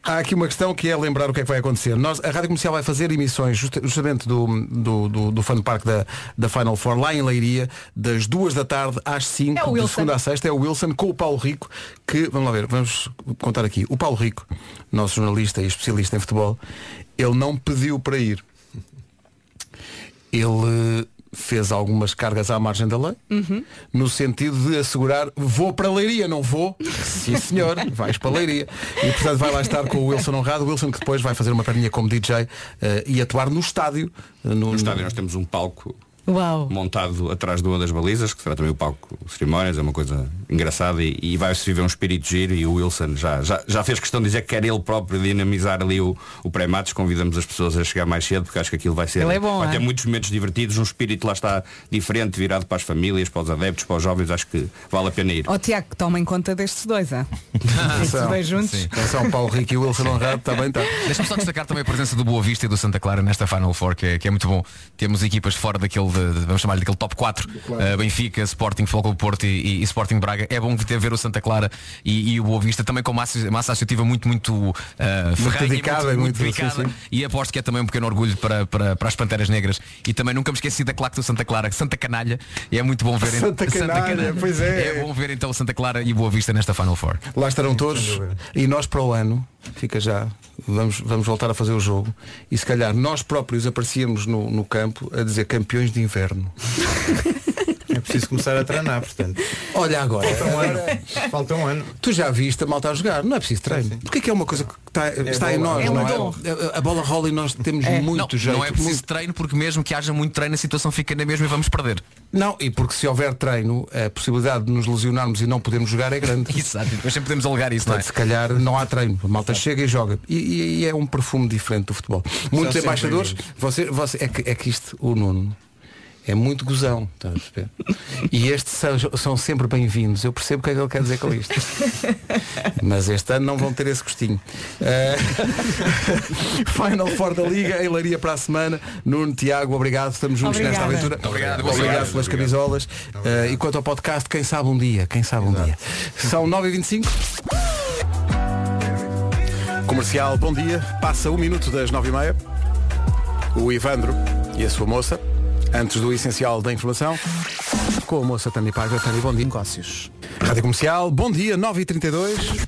A: há aqui uma questão que é lembrar o que é que vai acontecer. Nós, a Rádio Comercial vai fazer emissões justa- justamente do, do, do, do Fun Park da, da Final Four lá em Leiria, das duas da tarde às 5,
B: É o
A: de
B: Wilson.
A: segunda à sexta, é o Wilson com o Paulo Rico, que, vamos lá ver, vamos contar aqui. O Paulo Rico, nosso jornalista e especialista em futebol, ele não pediu para ir. Ele fez algumas cargas à margem da lei
C: Uhum.
A: no sentido de assegurar vou para a Leiria, não vou? Sim senhor, vais para a Leiria. E portanto vai lá estar com o Wilson Honrado, o Wilson que depois vai fazer uma perninha como DJ eh, e atuar no estádio. eh, no,
O: No estádio nós temos um palco
B: Uau.
O: montado atrás de uma das balizas, que será também o palco de cerimónias, é uma coisa engraçada e, e vai-se viver um espírito giro e o Wilson já, já, já fez questão de dizer que quer ele próprio dinamizar ali o, o pré-matos, convidamos as pessoas a chegar mais cedo porque acho que aquilo vai ser
B: Ele é bom,
O: vai
B: é?
O: ter muitos momentos divertidos, um espírito lá está diferente, virado para as famílias, para os adeptos, para os jovens, acho que vale a pena ir.
B: Ó Oh, Tiago, tomem conta destes dois, ah.
A: Atenção.
B: dois juntos.
A: Sim. Atenção, Paulo Rico e o Wilson Honrado também tá. está.
K: Deixa-me só destacar também a presença do Boa Vista e do Santa Clara nesta Final Four, que é, que é muito bom. Temos equipas fora daquele, de- de- vamos chamar daquele top 4, eh, Benfica, Sporting, Futebol Clube Porto e, e Sporting Braga. É bom ter ver o Santa Clara e, e o Boa Vista também com massa, massa associativa muito, muito uh, ferrenha e
A: dedicada,
K: muito,
A: muito,
K: dedicada.
A: sim, sim.
K: E aposto que é também um pequeno orgulho para, para, para as Panteras Negras. E também nunca me esqueci da claque do Santa Clara, Santa Canalha. E é muito bom ver
A: Santa Canalha, pois é.
K: É bom ver então Santa Clara e Boa Vista nesta Final Four.
A: Lá estarão todos e nós para o ano, fica já, vamos, vamos voltar a fazer o jogo e se calhar nós próprios aparecíamos no, no campo a dizer campeões de inverno.
M: É preciso começar a treinar, portanto.
A: Olha agora.
M: Falta um ano. Falta um ano.
A: Tu já viste a malta a jogar, não é preciso treino. Porque é que é uma coisa que está, está em
M: bola.
A: nós,
M: É um
A: não
M: dom.
A: é? A, a bola rola e nós temos muito
K: não,
A: jeito.
K: Não é preciso
A: muito-
K: treino porque mesmo que haja muito treino a situação fica na mesma e vamos perder.
A: Não, e porque se houver treino, a possibilidade de nos lesionarmos e não podermos jogar é grande.
K: Exato, mas sempre podemos alegar isso, não é?
A: Portanto, se calhar não há treino. A malta chega e joga. E, e- e é um perfume diferente do futebol. Muitos
M: sempre
A: embaixadores, você, você, é, que, é que isto, o Nuno, é muito gozão. estás a perceber? E estes são, são sempre bem-vindos. Eu percebo o que é que ele quer dizer com isto. Mas este ano não vão ter esse gostinho. Eh, Final Four da Liga, em Leiria para a semana. Nuno, Tiago, obrigado. Estamos juntos nesta
K: Obrigada.
A: aventura.
K: Muito obrigado.
A: obrigado,
K: Obrigado.
A: pelas camisolas. Eh, e quanto ao podcast, quem sabe um dia. Quem sabe um dia. São 9h25. Comercial, bom dia. Passa um minuto das 9h30. O Ivandro e a sua moça. Antes do essencial da informação, com a moça Tânia Paiva. Tânia, bom dia. Negócios. Rádio Comercial, bom dia, 9h32.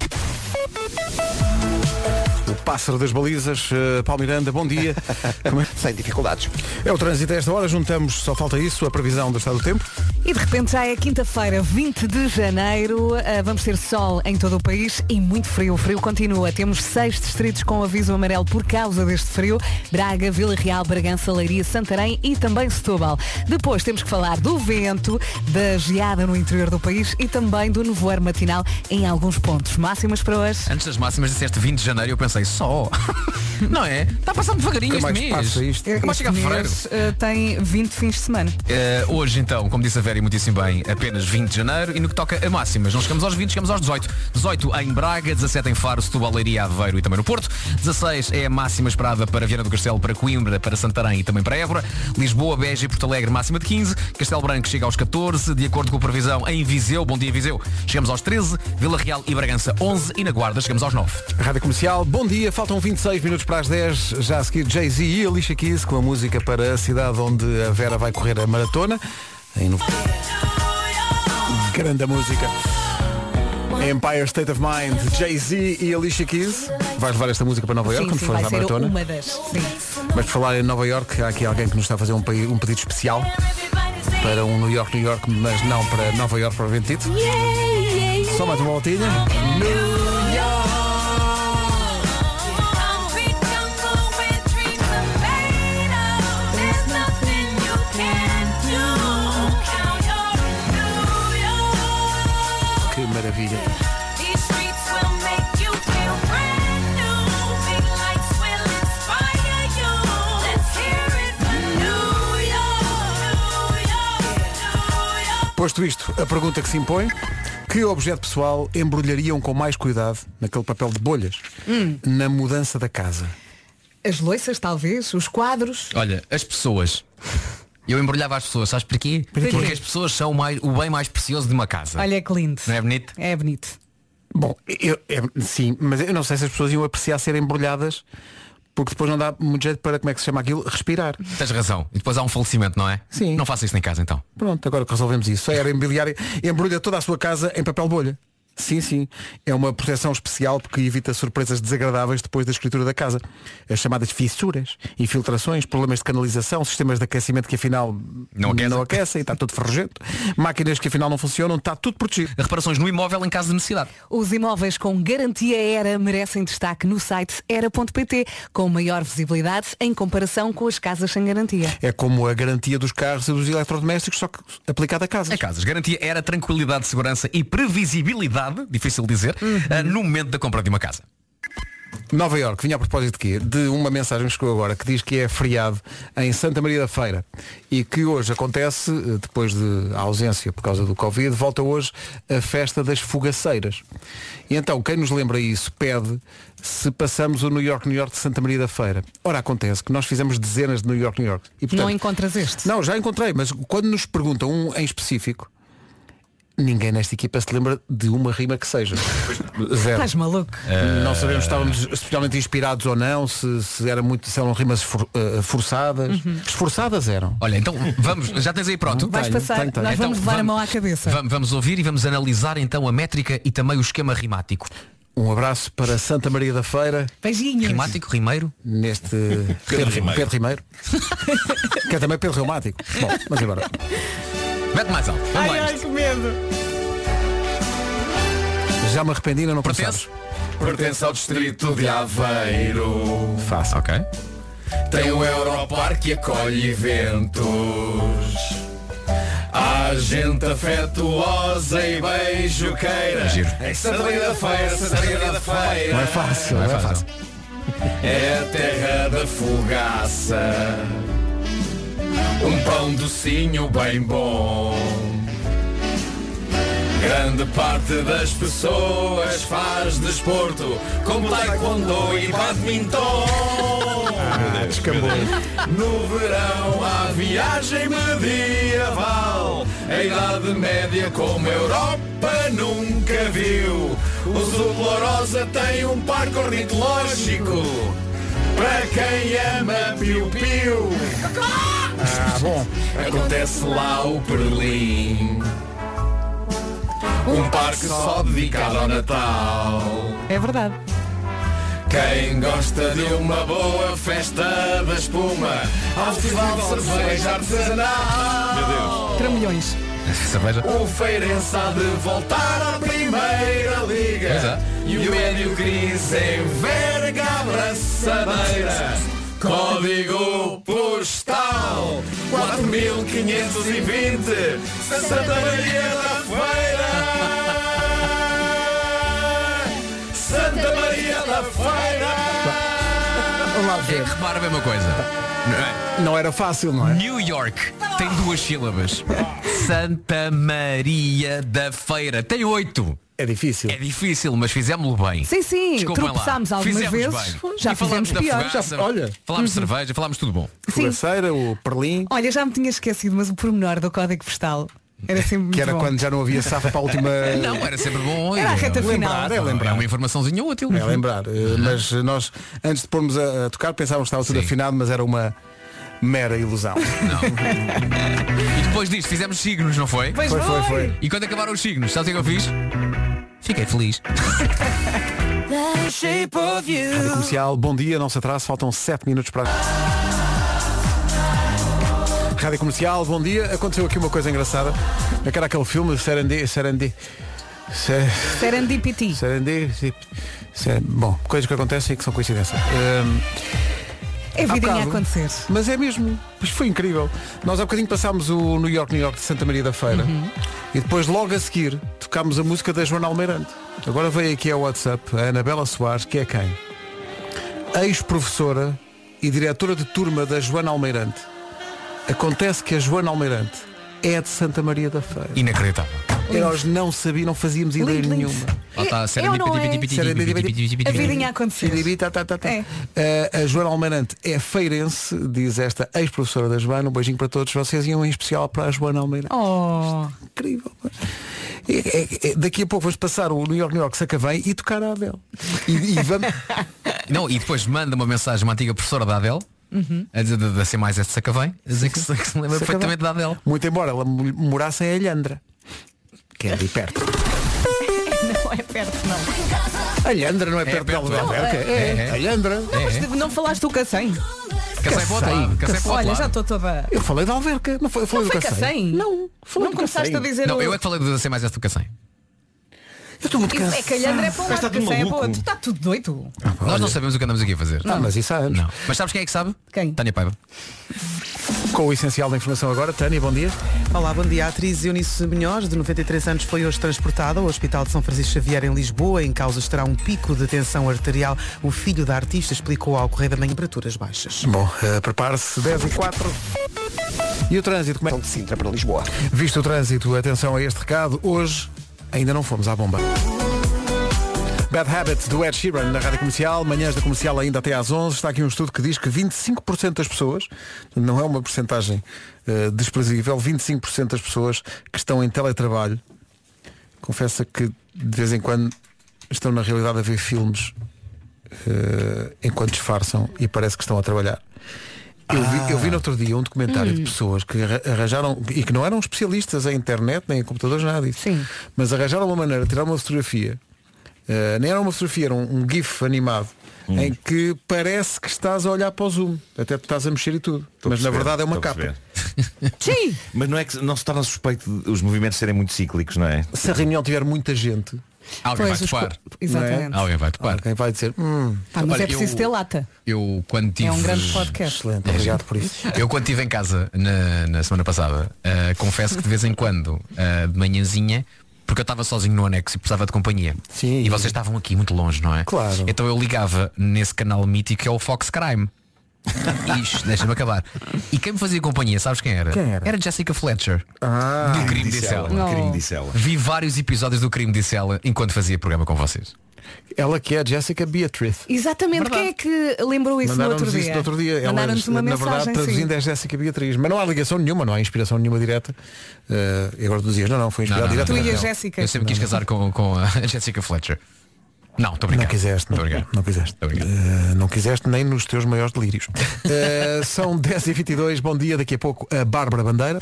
A: O pássaro das balizas, eh, Paulo Miranda, bom dia.
D: Sem dificuldades.
A: É o trânsito a esta hora, juntamos, só falta isso, a previsão do estado do tempo.
B: E de repente já é quinta-feira, 20 de janeiro. Ah, vamos ter sol em todo o país e muito frio. O frio continua. Temos seis distritos com aviso amarelo por causa deste frio. Braga, Vila Real, Bragança, Leiria, Santarém e também Setúbal. Depois temos que falar do vento, da geada no interior do país e também do nevoeiro matinal em alguns pontos. Máximas para hoje.
K: Antes das máximas disseste 20 de janeiro e eu pensei só. não é? Está a passar devagarinho este
B: Nunca
K: mês.
B: mais passa isto.
K: Nunca mais
B: Este
K: chega a fevereiro.
B: mês, ah, tem 20 fins de semana.
K: Eh, hoje então, como disse a Vera e muitíssimo bem, apenas 20 de janeiro e no que toca a máximas, não chegamos aos 20, chegamos aos 18. 18 em Braga, 17 em Faro, Setúbal, Leiria, Aveiro e também no Porto. 16 é a máxima esperada para Viana do Castelo, para Coimbra, para Santarém e também para Évora. Lisboa, Beja e Porto Alegre, máxima de 15. Castelo Branco chega aos 14, de acordo com a previsão em Viseu. Bom dia Viseu. Chegamos aos 13, Vila Real e Bragança 11 e na Guarda chegamos aos 9.
A: Rádio Comercial, bom dia, faltam 26 minutos para as 10, já a seguir Jay-Z e Alicia Keys com a música para a cidade onde a Vera vai correr a maratona. Em no... Grande música. Empire State of Mind, Jay-Z e Alicia Keys. Vais levar esta música para Nova York
B: sim,
A: quando
B: sim,
A: fores
B: vai
A: à
B: ser
A: maratona.
B: uma das. Sim.
A: Mas por falar em Nova York, há aqui alguém que nos está a fazer um, pe- um pedido especial para um New York, New York, mas não para Nova York propriamente dito. Só mais uma voltinha. Que maravilha. Posto isto, a pergunta que se impõe, que objeto pessoal embrulhariam com mais cuidado naquele papel de bolhas na mudança da casa?
B: As loiças, talvez, os quadros.
K: Olha, as pessoas. Eu embrulhava as pessoas, sabes porquê?
B: Porquê?
K: Porque as pessoas são o, mai- o bem mais precioso de uma casa.
B: Olha que lindo.
K: Não é bonito?
B: É bonito.
A: Bom, eu- é- sim, mas eu não sei se as pessoas iam apreciar serem embrulhadas, porque depois não dá muito jeito para, como é que se chama aquilo, respirar.
K: Tens razão. E depois há um falecimento, não é? Sim. Não faça isso em casa então.
A: Pronto, agora que resolvemos isso. A Era Imobiliária embrulha toda a sua casa em papel bolha. Sim, sim. É uma proteção especial porque evita surpresas desagradáveis depois da escritura da casa. As chamadas fissuras, infiltrações, problemas de canalização, sistemas de aquecimento que afinal não aquecem, e está tudo ferrugento, máquinas que afinal não funcionam, está tudo protegido.
K: Reparações no imóvel em caso de necessidade.
B: Os imóveis com garantia era merecem destaque no site era.pt, com maior visibilidade em comparação com as casas sem garantia.
A: É como a garantia dos carros e dos eletrodomésticos, só que aplicada a casas.
K: A casas. Garantia era tranquilidade, segurança e previsibilidade, difícil dizer,
A: Uhum.
K: ah, no momento da compra de uma casa.
A: Nova York, vinha a propósito de quê? De uma mensagem que chegou agora que diz que é feriado em Santa Maria da Feira e que hoje acontece, eh, depois de a ausência por causa do Covid, volta hoje a festa das fogaceiras. E então, quem nos lembra isso pede se passamos o New York, New York de Santa Maria da Feira. Ora, acontece que nós fizemos dezenas de New York, New York. E,
B: Não encontras este?
A: Não, já encontrei, mas quando nos perguntam um em específico, ninguém nesta equipa se lembra de uma rima que seja. Zero.
B: Estás maluco?
Q: Eh,
A: Não sabemos se estávamos especialmente inspirados ou não, se, se era muito, se eram rimas for- eh, forçadas.
Q: Uhum.
A: Esforçadas eram.
K: Olha, então vamos, já tens aí pronto.
B: Vais passar, nós vamos levar a mão à cabeça.
K: Então, Vamos, vamos ouvir e vamos analisar então a métrica e também o esquema rimático.
A: Um abraço para Santa Maria da Feira.
B: Beijinhos.
K: Rimático, rimeiro.
A: Neste Pedro, Rimeiro. Pedro Rimeiro. que é também Pedro Reumático. Bom, mas agora.
K: Mete mais alto. Vamos lá.
A: que medo! Já me arrependi, ainda não
K: Pertence?
A: começaste.
K: Pertence ao distrito de Aveiro.
A: Fácil.
K: Ok.
Q: Tem o Europar que acolhe eventos. Há gente afetuosa e beijoqueira.
K: É Giro.
Q: Em Santa Maria da Feira, Santa Maria da Feira.
A: Não é fácil, não é fácil.
Q: É a terra da fogaça. Um pão docinho bem bom. Grande parte das pessoas faz desporto, como taekwondo e badminton.
A: Ah, descambou.
Q: No verão há viagem medieval A Idade Média como a Europa nunca viu O Zulorosa tem um parque ornitológico Para quem ama piu-piu
A: Ah, bom.
Q: Acontece lá o Berlim Um parque só dedicado ao Natal
B: É verdade.
Q: Quem gosta de uma boa festa da espuma Ao festival de cerveja artesanal
B: Tramilhões.
K: Cerveja.
Q: O Feirense há de voltar à primeira
K: Pois
Q: liga
K: é.
Q: E o médio gris enverga a braçadeira Código postal 4520 Santa Maria da Feira Santa Maria da Feira
K: É, repara a mesma coisa. Não é?
A: Não era fácil, não é?
K: New York tem duas sílabas. Santa Maria da Feira tem oito.
A: É difícil.
K: É difícil, mas fizemos-lo bem.
B: Sim, sim,
K: Desculpem lá.
B: tropeçámos algumas
K: Fizemos
B: vezes,
K: bem.
B: já
K: E falámos
B: fizemos
K: da
B: pior. Uhum.
K: Fogaça,
B: Já- olha.
K: Falámos de cerveja, falámos tudo bom.
A: Fogaceira, o Perlim.
B: Olha, já me tinha esquecido, mas o pormenor do código postal era sempre muito
A: Que era
B: bom.
A: quando já não havia safa para a última.
K: Não, era sempre bom.
B: Era a
K: eu-
B: reta
A: Lembrar, é
K: Não,
A: lembrar.
K: É uma informaçãozinha útil.
A: É lembrar. Eh, Mas eh, nós, antes de pormos a, a tocar, pensávamos que estava tudo afinado, mas era uma mera ilusão.
K: E depois disto fizemos signos, não foi?
A: Pois Foi, foi, foi.
K: E quando acabaram os signos, sabes o que é que eu fiz? Fiquei feliz.
A: Rádio Comercial, bom dia, não se atrase, faltam 7 minutos para. Rádio Comercial, bom dia. Aconteceu aqui uma coisa engraçada. É que Era aquele filme Serendi. Serendi. Ser-
B: Serendipity.
A: Serendi. Ser- Bom, coisas que acontecem e que são coincidência. Hum,
B: É
A: há
B: vida a
A: bocado-
B: acontecer.
A: Mas é mesmo, mas foi incrível. Nós há bocadinho passámos o New York, New York de Santa Maria da Feira
B: Uhum.
A: e depois logo a seguir tocámos a música da Joana Almeirante. Agora veio aqui ao WhatsApp a Anabela Soares, que é quem? Ex-professora e diretora de turma da Joana Almeirante. Acontece que a Joana Almeirante é de Santa Maria da Feira.
K: Inacreditável.
A: E nós não sabíamos, não fazíamos ideia
B: Lindo, lindo.
A: nenhuma.
B: Lá está, Eu serendipi- não é. tipi- tipi- tipi- tipi- tipi- tipi- A vidinha a acontecer. É.
A: Serendipi- tá, tá, tá, tá. Uh, A Joana Almeirante é feirense, diz esta ex-professora da Joana. Um beijinho para todos vocês e um em especial para a Joana Almeirante.
B: Oh.
A: Incrível. É, é, é, daqui a pouco vamos passar o New York, New York, Sacavém e tocar a Adele. E, e vamos...
K: Não, e depois manda uma mensagem a uma antiga professora da Adele,
A: Uhum.
K: a dizer da- da ser mais este sacavém, a dizer que se, que se
A: Sacavém.
K: lembra perfeitamente da Adele.
A: Muito embora ela mo- morasse em Alhandra, que é ali perto.
B: Não é perto, não.
A: Alhandra não é perto de Albuquerque. É, Alhandra.
B: Mas tu não falaste do Cacém?
A: Cacém para o outro lado, Cacém para o outro
B: Olha,
A: lado.
B: já estou toda...
A: Eu falei da Alverca, não foi, eu falei
B: Não
A: do
B: foi
A: Cacém.
B: Cacém? Não.
A: falei
B: Não
A: do
B: começaste a
A: Cacém.
B: dizer
K: Não,
B: o...
K: eu é que falei do ser mais este do cacém.
A: Eu estou muito
B: É que a Leandra é para um
K: Mas
B: lado,
K: está tudo
B: Cacém é para o
K: maluco.
B: outro. Está tudo doido.
K: Nós não sabemos o que andamos aqui a fazer.
A: Não, mas isso há anos.
K: Não. Mas sabes quem é que sabe?
B: Quem?
K: Tânia Paiva.
A: Com o essencial da informação agora, Tânia, bom dia.
J: Olá, bom dia. A atriz Eunice Menhoz, de 93 anos, foi hoje transportada ao Hospital de São Francisco Xavier, em Lisboa. Em causa estará um pico de tensão arterial. O filho da artista explicou ao Correio da Manhã temperaturas baixas.
A: Bom, eh, prepare-se 10 e 4. E o trânsito como é? de Sintra para Lisboa. Visto o trânsito, atenção a este recado. Hoje ainda não fomos à bomba. Bad Habits do Ed Sheeran na Rádio Comercial, manhãs da Comercial ainda até às 11. Está aqui um estudo que diz que 25% das pessoas, não é uma porcentagem eh, desprezível, 25% das pessoas que estão em teletrabalho, confessa que de vez em quando estão na realidade a ver filmes eh, enquanto disfarçam e parece que estão a trabalhar. Eu vi, eu vi no outro dia um documentário de pessoas que arra- arranjaram, e que não eram especialistas em internet, nem em computadores, nada disso. Mas arranjaram uma maneira de tirar uma fotografia, eh, nem era uma fotografia, era um, um GIF animado,
P: Hum.
A: em que parece que estás a olhar para o Zoom, até te estás a mexer e tudo.
P: Estou a
A: mas na
P: perceber,
A: verdade é uma
P: estou a
A: capa.
B: Sim!
P: Mas não é que não se torna suspeito de os movimentos serem muito cíclicos, não é?
A: Se a reunião tiver muita gente.
K: Alguém vai topar. Não é? Alguém vai topar.
A: Alguém vai dizer. Hum.
B: Pá, mas
K: Olha,
B: é preciso
K: eu-
B: ter lata.
K: Eu quando tive.
B: É um grande podcast.
A: Excelente, obrigado por isso.
K: Eu quando estive em casa na, na semana passada, ah, confesso que de vez em quando, ah, de manhãzinha, porque eu estava sozinho no anexo e precisava de companhia. E vocês estavam aqui muito longe, não é?
A: Claro.
K: Então eu ligava nesse canal mítico que é o Fox Crime. Ixi, deixa-me acabar. E quem me fazia companhia, sabes quem era?
P: Quem era?
K: Jessica Fletcher.
A: Ah,
K: do crime de Sela.
P: Não. Crime de Sela.
K: Vi vários episódios do crime de Sela enquanto fazia programa com vocês.
A: Ela que é a Jessica Beatriz.
B: Exatamente, quem é que lembrou isso no
A: Mandaram-nos
B: outro
A: isso
B: dia?
A: no outro dia. Ela,
B: Mandaram-nos uma
A: na
B: mensagem,
A: verdade, traduzindo é Jéssica Beatriz. Mas não há ligação nenhuma, não há inspiração nenhuma direta. Eh, e agora tu dizias, não, não, foi inspirado direto.
K: não, não. Eu sempre quis casar com, com a Jessica Fletcher. Não, estou brincando.
A: Não quiseste, não, não quiseste. Eh, não quiseste nem nos teus maiores delírios. Eh, são 10h22, bom dia, daqui a pouco a Bárbara Bandeira.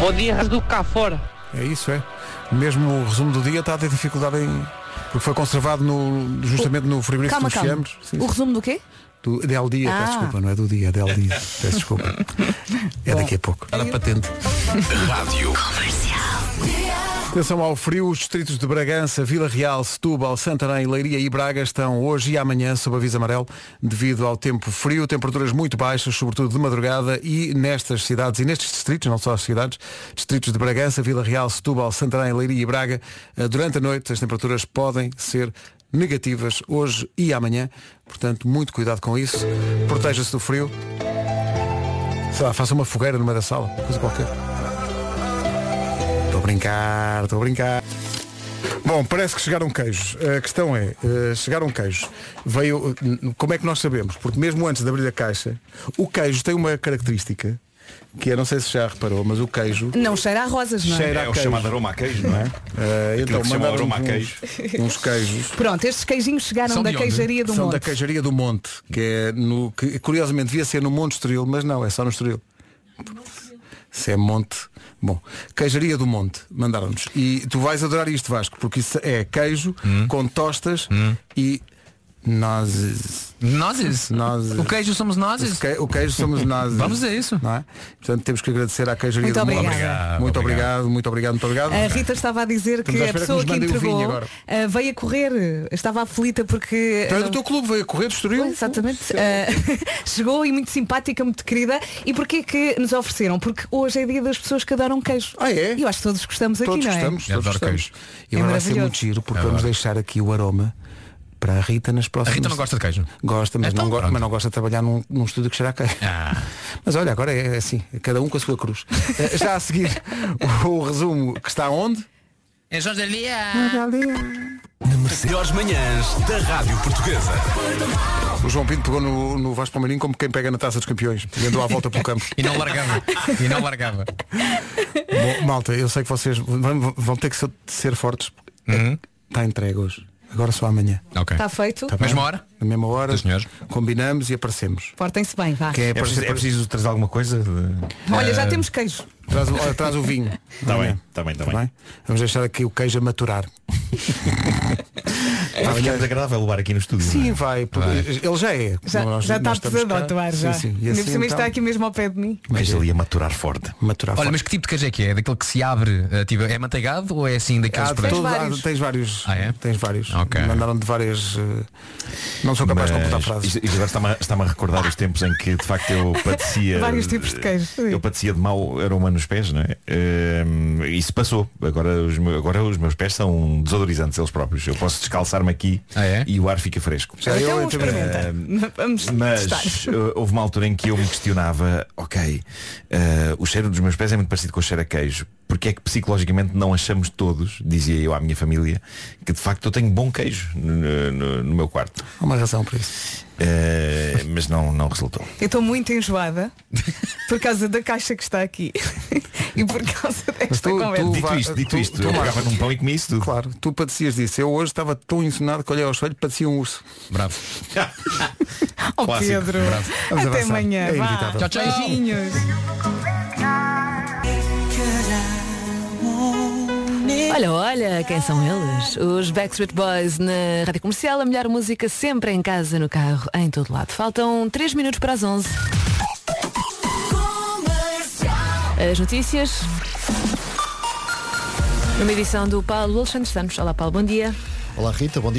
E: Bom dia, Rádio do Cá Fora.
A: É isso, é. Mesmo o resumo do dia está a ter dificuldade em. Porque foi conservado no, justamente no frigorífico
B: Calma,
A: dos
B: calma.
A: fiambres.
B: O resumo do quê?
A: Do, del dia,
B: Ah.
A: peço desculpa, não é do dia, é del dia. Peço desculpa. É daqui a pouco. Era patente.
F: Rádio.
A: Atenção ao frio, os distritos de Bragança, Vila Real, Setúbal, Santarém, Leiria e Braga estão hoje e amanhã sob aviso amarelo devido ao tempo frio, temperaturas muito baixas, sobretudo de madrugada e nestas cidades e nestes distritos, não só as cidades, distritos de Bragança, Vila Real, Setúbal, Santarém, Leiria e Braga, eh, durante a noite as temperaturas podem ser negativas hoje e amanhã, portanto muito cuidado com isso, proteja-se do frio, sei lá, faça uma fogueira no meio da sala, coisa qualquer. Estou a brincar, estou a brincar. Bom, parece que chegaram queijos. A questão é, eh, chegaram queijos. Veio, eh, n- como é que nós sabemos? Porque mesmo antes de abrir a caixa, o queijo tem uma característica que é, não sei se já reparou, mas o queijo
B: Não cheira a rosas, não é?
A: cheira a queijo.
P: aroma a queijo, não é?
A: Eh, então
P: que se chama
A: mandaram
P: aroma a
A: uns,
P: queijo.
A: uns queijos.
B: Pronto, estes queijinhos chegaram da queijaria do
A: São
B: monte.
A: da queijaria do Monte, que é no que curiosamente devia ser no Monte Estoril, mas não, é só no Estoril. Se é monte. Bom, queijaria do monte, mandaram-nos. E tu vais adorar isto, Vasco, porque isso é queijo
K: Hum.
A: com tostas e nozes.
K: Nozes?
A: Nozes.
K: O queijo somos nozes?
A: O que- O queijo somos nozes.
K: Vamos a isso.
A: Não é? Portanto, temos que agradecer à queijaria
B: Muito
A: do monte.
B: obrigada.
A: Muito obrigado, muito obrigado, muito obrigado.
B: A Rita Então estava a dizer que
A: Estamos à
B: a
A: espera que
B: pessoa
A: nos
B: que,
A: mandem o vinho
B: entregou
A: agora.
B: ah, veio a correr, estava aflita porque.
A: Então é do teu clube, veio a correr, destruiu.
B: Exatamente. Ah, chegou e muito simpática, muito querida. E porquê que nos ofereceram? Porque hoje é dia das pessoas que adoram queijo.
A: Ah, é?
B: E eu acho que todos gostamos aqui,
A: todos
B: não é?
A: gostamos, todos gostamos. E
B: É
A: agora vai ser
B: maravilhoso.
A: muito giro porque vamos deixar aqui o aroma para a Rita nas próximas.
K: Rita não gosta de queijo?
A: Gosta, mas,
K: Então,
A: não, go-
K: pronto. É.
A: mas não gosta de trabalhar num, num estúdio que cheira a queijo.
K: Ah.
A: Mas olha, agora é assim, cada um com a sua cruz. Eh, Já a seguir o, o resumo que está onde?
K: É Jorge Lia.
A: Melhores manhãs da Rádio Portuguesa. O João Pinto pegou no, no Vasco Palmeirinho como quem pega na taça dos campeões e andou à volta pelo campo.
K: E não largava. E não largava.
A: Bom, malta, eu sei que vocês vão, vão ter que ser, ser fortes. Está entregue hoje. Agora só amanhã.
K: Ok.
B: Está feito?
A: Tá bem? Na mesma hora. Combinamos e aparecemos.
B: Portem-se bem, vá.
A: Que é aparecer para-
P: preciso trazer alguma coisa?
B: Olha,
A: Ah,
B: já temos queijo.
A: Traz, o- olha, traz o vinho.
P: Está bem, está bem, está
A: Tá
P: bem.
A: bem? Vamos deixar aqui o queijo a maturar.
P: Vai ficar é desagradável o bar aqui no estúdio. é?
A: Sim, vai. porque
P: Vai.
A: Ele já é.
B: Já,
A: Nós-
B: já
A: nós
B: está
A: estamos
B: pesado
A: cá.
B: ao tomar,
A: Sim,
B: já.
A: sim. E
B: Ainda
A: assim,
B: por cima
A: então,
B: está aqui mesmo ao pé de mim.
K: Mas ele
P: ia maturar forte.
A: Maturar
K: Olha, mas que tipo de queijo é que é? Daquele que se abre, eh, tipo, é manteigado ou é assim daqueles
A: há de todo- há- tens vários.
P: Ah, é?
A: Tens vários. Mandaram de várias. eh, Não sou capaz de completar frases.
P: Isto, isto agora está-me a, está-me a recordar os tempos em que de facto eu padecia.
B: Vários tipos de queijo. sim.
P: Eu padecia de mau aroma nos pés, não é? Ehm, isso passou. Agora os, meus, agora os meus pés são desodorizantes eles próprios. Eu posso descalçar-me aqui e o ar fica fresco.
A: Já eu, Então eu também.
P: Ehm,
B: Vamos
P: mas
B: testar.
P: eh, houve uma altura em que eu me questionava, ok, eh, o cheiro dos meus pés é muito parecido com o cheiro a queijo. Porque é que psicologicamente não achamos todos, dizia eu à minha família, que de facto eu tenho bom queijo no- no- no meu quarto.
A: Há uma razão para isso.
P: Eh, mas não, não resultou.
B: Eu estou muito enjoada por causa da caixa que está aqui e por causa desta conversa.
P: dito isto, dito isto, eu
A: Marco,
P: pegava num pão e comia isso tudo.
A: Claro, tu padecias disso. Eu hoje estava tão ensinado que olhei ao espelho parecia um urso.
K: Bravo.
B: Oh,
A: Clássico.
B: Pedro.
A: Bravo. Vamos
B: Até
A: avançar.
B: amanhã.
A: É
B: vá.
A: inevitável. Tchau, tchau.
B: Beijinhos.
L: Olha, olha, quem são eles? Os Backstreet Boys na Rádio Comercial, a melhor música sempre em casa, no carro, em todo lado. Faltam 3 minutos para as 11. As notícias. Numa edição do Paulo Alexandre Santos. Olá Paulo, bom dia.
R: Olá Rita, bom dia.